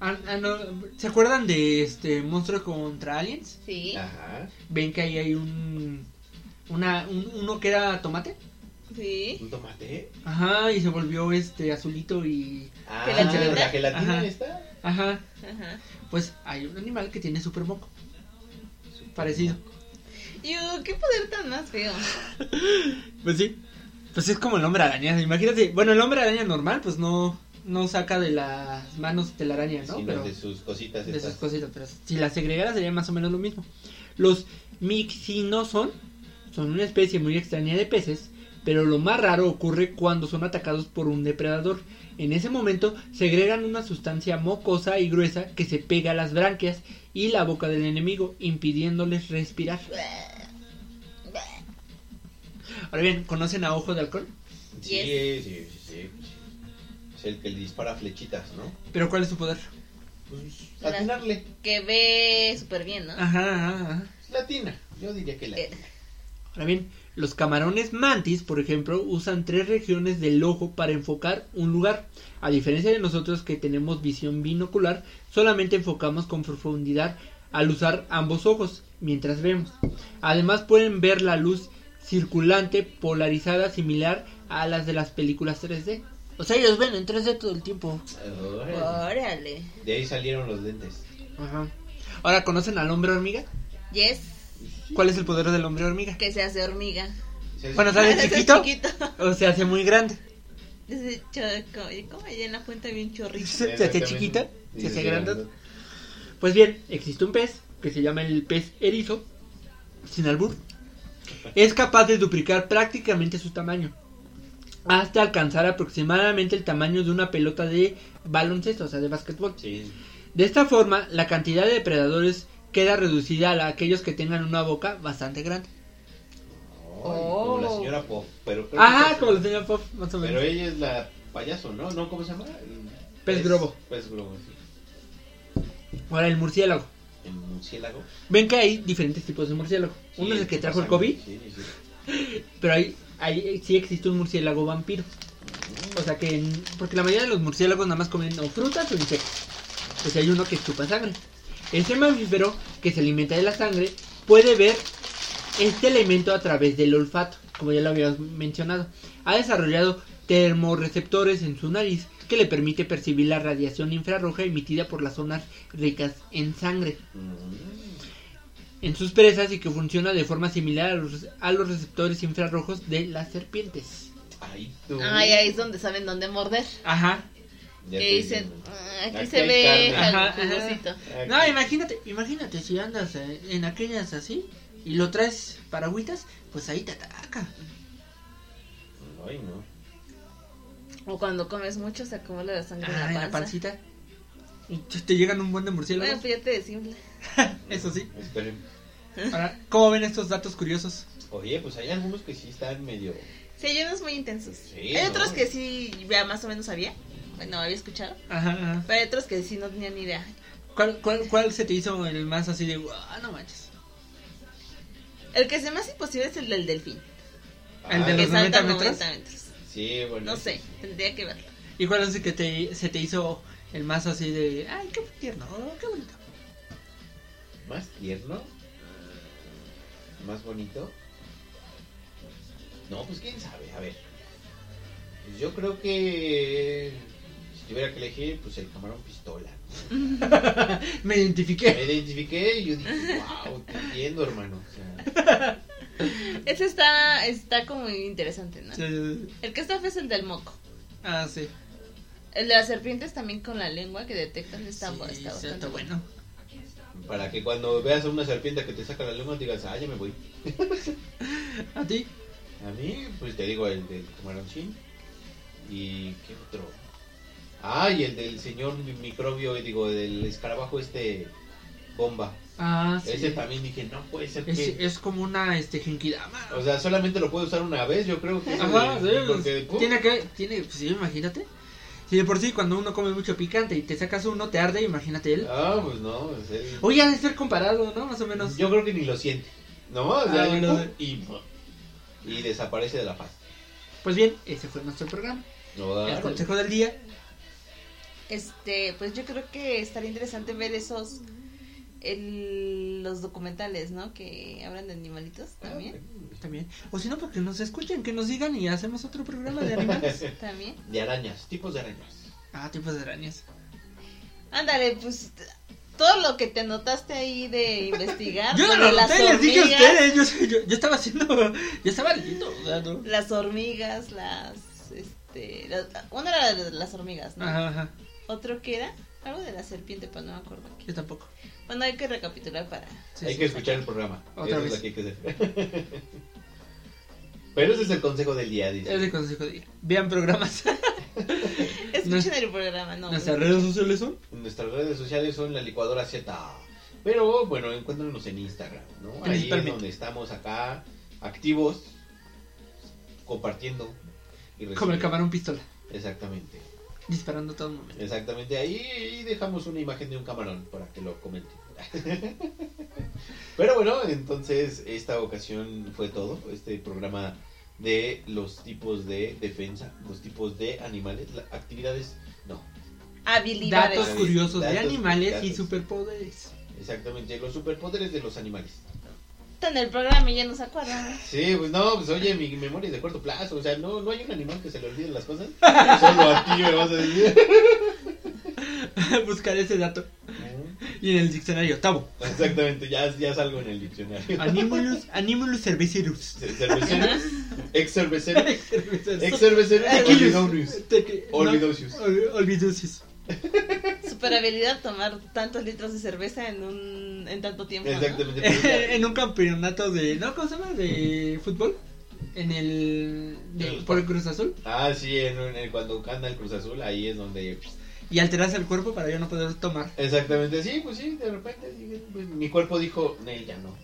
Speaker 4: ah, ah, no, ¿se acuerdan de este monstruo contra aliens?
Speaker 8: sí.
Speaker 3: Ajá.
Speaker 4: ven que ahí hay un, una, un- uno que era tomate,
Speaker 5: Sí.
Speaker 3: Un tomate.
Speaker 4: ajá, y se volvió este azulito y,
Speaker 3: Ah,
Speaker 5: ¿Gelatina?
Speaker 3: la gelatina
Speaker 4: Ajá.
Speaker 3: está.
Speaker 4: ajá,
Speaker 5: Ajá.
Speaker 4: pues hay un animal que tiene super moco, parecido.
Speaker 5: Yo, qué poder tan más feo.
Speaker 4: Pues sí, pues es como el hombre araña, imagínate, bueno, el hombre araña normal, pues no, no saca de las manos telaraña, ¿no?
Speaker 3: Sí,
Speaker 4: Pero
Speaker 3: de sus cositas
Speaker 4: de esas
Speaker 3: estas.
Speaker 4: cositas, pero si las segregara sería más o menos lo mismo. Los mixinoson son una especie muy extraña de peces, pero lo más raro ocurre cuando son atacados por un depredador. En ese momento segregan una sustancia mocosa y gruesa que se pega a las branquias y la boca del enemigo, impidiéndoles respirar. Ahora bien, ¿conocen a Ojo de Halcón?
Speaker 3: Sí, sí, sí, sí, sí. Es el que le dispara flechitas, ¿no?
Speaker 4: ¿Pero cuál es su poder?
Speaker 3: Pues latinarle.
Speaker 5: Que ve súper bien, ¿no?
Speaker 4: Ajá, ajá, ajá.
Speaker 3: Latina. Yo diría que
Speaker 5: Eh.
Speaker 3: latina.
Speaker 4: Ahora bien, los camarones mantis, por ejemplo, usan tres regiones del ojo para enfocar un lugar. A diferencia de nosotros que tenemos visión binocular, solamente enfocamos con profundidad al usar ambos ojos mientras vemos. Además pueden ver la luz circulante polarizada similar a las de las películas 3D. O sea, ellos ven pues, en 3D todo el tiempo.
Speaker 5: Órale.
Speaker 3: De ahí salieron los lentes.
Speaker 4: Ajá. Ahora, ¿conocen al hombre hormiga?
Speaker 5: Yes,
Speaker 4: ¿Cuál es el poder del hombre hormiga?
Speaker 5: que se hace hormiga.
Speaker 3: Se-
Speaker 4: Bueno, ¿sabes
Speaker 5: Se hace
Speaker 4: chiquito?
Speaker 5: chiquito.
Speaker 4: O se hace muy grande.
Speaker 5: Dice, "Choco", y como allá en la fuente había un chorrito.
Speaker 4: Se hace
Speaker 3: Exactamente.
Speaker 4: chiquita,
Speaker 3: Sí,
Speaker 4: se hace
Speaker 3: sí,
Speaker 4: grande. Pues bien, existe un pez que se llama el pez erizo, sin albur. Es capaz de duplicar prácticamente su tamaño, hasta alcanzar aproximadamente el tamaño de una pelota de baloncesto, o sea, de básquetbol.
Speaker 3: Sí.
Speaker 4: De esta forma, la cantidad de depredadores queda reducida a la- aquellos que tengan una boca bastante grande.
Speaker 3: Ay, Como la señora Pop. Pero creo
Speaker 4: Ajá,
Speaker 3: que-
Speaker 4: Ah, como lo señor Pop, más o
Speaker 3: Pero
Speaker 4: menos.
Speaker 3: ella es la payaso, ¿no? ¿No? ¿Cómo se llama?
Speaker 4: Pez globo.
Speaker 3: Pez globo, sí.
Speaker 4: Ahora, el murciélago.
Speaker 3: El murciélago.
Speaker 4: Ven que hay diferentes tipos de murciélago. Uno es
Speaker 3: Sí,
Speaker 4: el que trajo el
Speaker 3: pasa-
Speaker 4: COVID,
Speaker 3: Sí, sí, sí.
Speaker 4: Pero ahí, ahí sí existe un murciélago vampiro. O sea que, en- porque la mayoría de los murciélagos nada más comen o frutas o insectos. Pues hay uno que chupa sangre. Este mamífero que se alimenta de la sangre puede ver este elemento a través del olfato, como ya lo habíamos mencionado. Ha desarrollado termorreceptores en su nariz que le permite percibir la radiación infrarroja emitida por las zonas ricas en sangre
Speaker 3: Mm.
Speaker 4: en sus presas y que funciona de forma similar a los, a los receptores infrarrojos de las serpientes.
Speaker 3: Ay, tú.
Speaker 5: Ay, ahí es donde saben dónde morder.
Speaker 4: Ajá.
Speaker 3: Ya
Speaker 8: Que
Speaker 3: te-
Speaker 8: dicen, "Ah, aquí
Speaker 3: Aquí
Speaker 8: se
Speaker 3: hay
Speaker 8: ve
Speaker 3: carne".
Speaker 4: Ajá,
Speaker 8: algo
Speaker 4: ajá.
Speaker 8: jugosito.
Speaker 4: No, imagínate, imagínate si andas eh, en aquellas así y lo traes paragüitas, pues ahí te ataca.
Speaker 3: Ay, no.
Speaker 5: O cuando comes mucho se acumula la sangre
Speaker 4: Ah,
Speaker 5: en
Speaker 4: en la
Speaker 5: la panza.
Speaker 4: pancita. Y te te llegan un buen de
Speaker 5: Bueno,
Speaker 4: murciélagos.
Speaker 5: pues ya te desinfla.
Speaker 4: Eso sí.
Speaker 3: Esperen.
Speaker 4: Ahora, ¿cómo ven estos datos curiosos?
Speaker 3: Oye, pues hay algunos que sí están medio.
Speaker 5: Sí, hay unos muy intensos.
Speaker 3: Sí,
Speaker 5: hay
Speaker 3: ¿no?
Speaker 5: otros que sí ya más o menos sabía. Bueno, había escuchado.
Speaker 4: Ajá, ajá.
Speaker 5: Pero hay otros que sí no tenía ni idea.
Speaker 4: ¿Cuál, cuál, cuál se te hizo el más así de, ah, no manches?
Speaker 5: El que se me hace imposible es el del delfín.
Speaker 4: El de
Speaker 5: que
Speaker 4: los 90
Speaker 5: salta a
Speaker 4: metros.
Speaker 5: 90 metros.
Speaker 3: Ah, Sí, bueno.
Speaker 5: No sé, tendría que verlo.
Speaker 4: ¿Y cuál es el que te, se te hizo el más así de, ay, qué tierno, qué bonito?
Speaker 3: Más tierno. Más bonito. No, pues quién sabe. A ver. Pues yo creo que. Si tuviera que elegir, pues el camarón pistola.
Speaker 4: Me
Speaker 3: Me
Speaker 4: identifiqué.
Speaker 3: identifiqué y yo dije, wow, te entiendo, hermano. O sea,
Speaker 5: Ese está, está como interesante, ¿no?
Speaker 4: Sí, sí, sí.
Speaker 5: El que está feo es el del moco.
Speaker 4: Ah, sí.
Speaker 5: El de las serpientes también con la lengua que detectan está,
Speaker 4: Sí,
Speaker 5: bu- está
Speaker 4: sí,
Speaker 5: bastante
Speaker 4: está
Speaker 5: bueno.
Speaker 4: bueno.
Speaker 3: para que cuando veas a una serpiente que te saca la lengua, digas, ah, ya me voy.
Speaker 4: ¿A ti?
Speaker 3: A mí, pues te digo, el del camaroncín. ¿Y qué otro? Ah, y el del señor microbio, digo, del escarabajo este bomba.
Speaker 4: Ah, sí.
Speaker 3: Ese también dije, no puede ser
Speaker 4: Es,
Speaker 3: que...
Speaker 4: es como una este, genkidama.
Speaker 3: O sea, solamente lo puedo usar una vez, yo creo que...
Speaker 4: Ajá, sí,
Speaker 3: porque,
Speaker 4: pues, tiene que, tiene, pues, sí, imagínate. Si de por sí cuando uno come mucho picante y te sacas uno, te arde, imagínate él.
Speaker 3: Ah, pues no, o sea,
Speaker 4: Oye, ha de ser comparado, ¿no? Más o menos.
Speaker 3: yo creo que ni lo siente. No, o sea,
Speaker 4: Ah, bueno,
Speaker 3: ¡pum! y, y desaparece de la paz.
Speaker 4: Pues bien, ese fue nuestro programa.
Speaker 3: No, ah,
Speaker 4: El
Speaker 3: dale.
Speaker 4: consejo del día.
Speaker 5: Este, pues yo creo que estaría interesante ver esos el- los documentales, ¿no? Que hablan de animalitos también.
Speaker 4: También. O si no, porque nos escuchen, que nos digan y hacemos otro programa de animales.
Speaker 5: También.
Speaker 3: De arañas, tipos de arañas.
Speaker 4: ah, tipos de arañas.
Speaker 5: Ándale, pues t- todo lo que te notaste ahí de investigar.
Speaker 4: Yo no lo
Speaker 5: sobre Ah, las
Speaker 4: noté, les dije a
Speaker 5: hormigas,
Speaker 4: ustedes. Yo, yo, yo estaba haciendo. Yo estaba leyendo. O sea, no.
Speaker 5: Las hormigas, las este, la- una era de las hormigas, ¿no?
Speaker 4: Ajá, ajá.
Speaker 5: Otro que era algo de la serpiente, pero no me acuerdo aquí.
Speaker 4: Yo tampoco.
Speaker 5: Bueno, hay que recapitular para
Speaker 4: Sí,
Speaker 3: hay
Speaker 4: sí.
Speaker 3: que escuchar el programa.
Speaker 4: Otra
Speaker 3: Eso es
Speaker 4: vez.
Speaker 3: lo que hay que hacer. Pero ese es el consejo del día, dice.
Speaker 4: Es el consejo de día. Vean programas.
Speaker 5: escuchen el programa, no.
Speaker 4: Nuestras redes sociales son.
Speaker 3: Nuestras redes sociales son la licuadora Z. Pero bueno, encuéntranos en Instagram, ¿no? Ahí es
Speaker 4: Principalmente.
Speaker 3: donde estamos acá activos, compartiendo. Y recibiendo.
Speaker 4: Como el camarón pistola.
Speaker 3: Exactamente.
Speaker 4: Disparando a todo momento.
Speaker 3: Exactamente. Ahí, ahí dejamos una imagen de un camarón para que lo comenten. Pero bueno, entonces esta ocasión fue todo. Este programa de los tipos de defensa, los tipos de animales, la- actividades. No,
Speaker 5: Habilidades.
Speaker 4: Datos curiosos de
Speaker 3: Datos,
Speaker 4: animales y
Speaker 3: datos.
Speaker 4: superpoderes.
Speaker 3: exactamente. Los superpoderes de los animales.
Speaker 5: Está en el programa y ya nos acuerdan.
Speaker 3: Sí, pues no, pues oye, mi memoria es de corto plazo, o sea, no, no hay un animal que se le olviden las cosas. Solo a ti me vas a decir.
Speaker 4: Buscar ese dato. Y en el diccionario, Tabo.
Speaker 3: Exactamente, ya, ya salgo en el diccionario.
Speaker 4: Animulus, Animulus cerveceros.
Speaker 3: Cerveceros, ex cerveceros, ex
Speaker 4: Cerveceros.
Speaker 3: cerveceros,
Speaker 4: Tequilus.
Speaker 3: olvidonius,
Speaker 4: Tequi- no,
Speaker 3: Olvidocius.
Speaker 4: ol- Olvidocius.
Speaker 5: Super habilidad tomar tantos litros de cerveza en un en tanto tiempo. ¿no?
Speaker 3: Exactamente. pero ya-
Speaker 4: en un campeonato de. ¿No? ¿Cómo se llama? De fútbol. En el. de- por el Cruz Azul.
Speaker 3: Ah, sí, en, un- en- cuando canta el Cruz Azul, ahí es donde.
Speaker 4: Y alteras el cuerpo para yo no poder tomar.
Speaker 3: Exactamente, sí, pues sí, de repente sí, pues, mi cuerpo dijo, Nel, ya no.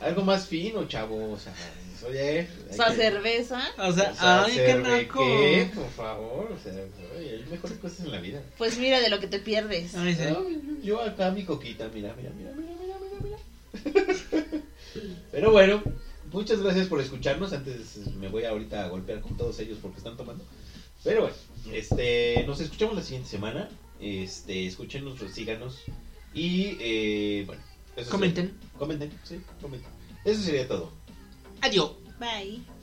Speaker 3: Algo más fino, chavo, o sea, pues, oye.
Speaker 5: O
Speaker 3: hay
Speaker 5: sea,
Speaker 3: que-
Speaker 5: cerveza,
Speaker 4: O sea,
Speaker 3: O sea,
Speaker 4: ay, qué
Speaker 3: hacer
Speaker 4: naco.
Speaker 3: Pues, qué, por favor, o sea, oye, hay mejores cosas en la vida.
Speaker 5: pues mira de lo que te pierdes.
Speaker 4: Ay, sí.
Speaker 3: Ay, Yo acá mi coquita, mira, mira, mira, mira, mira, mira, mira. Pero bueno, muchas gracias por escucharnos. Antes me voy ahorita a golpear con todos ellos porque están tomando. Pero bueno, este, nos escuchamos la siguiente semana. Este, escúchenos, síganos Y eh, bueno, eso sería-
Speaker 4: Comenten.
Speaker 3: comenten, sí, comenten. Eso sería todo.
Speaker 4: Adiós.
Speaker 5: Bye.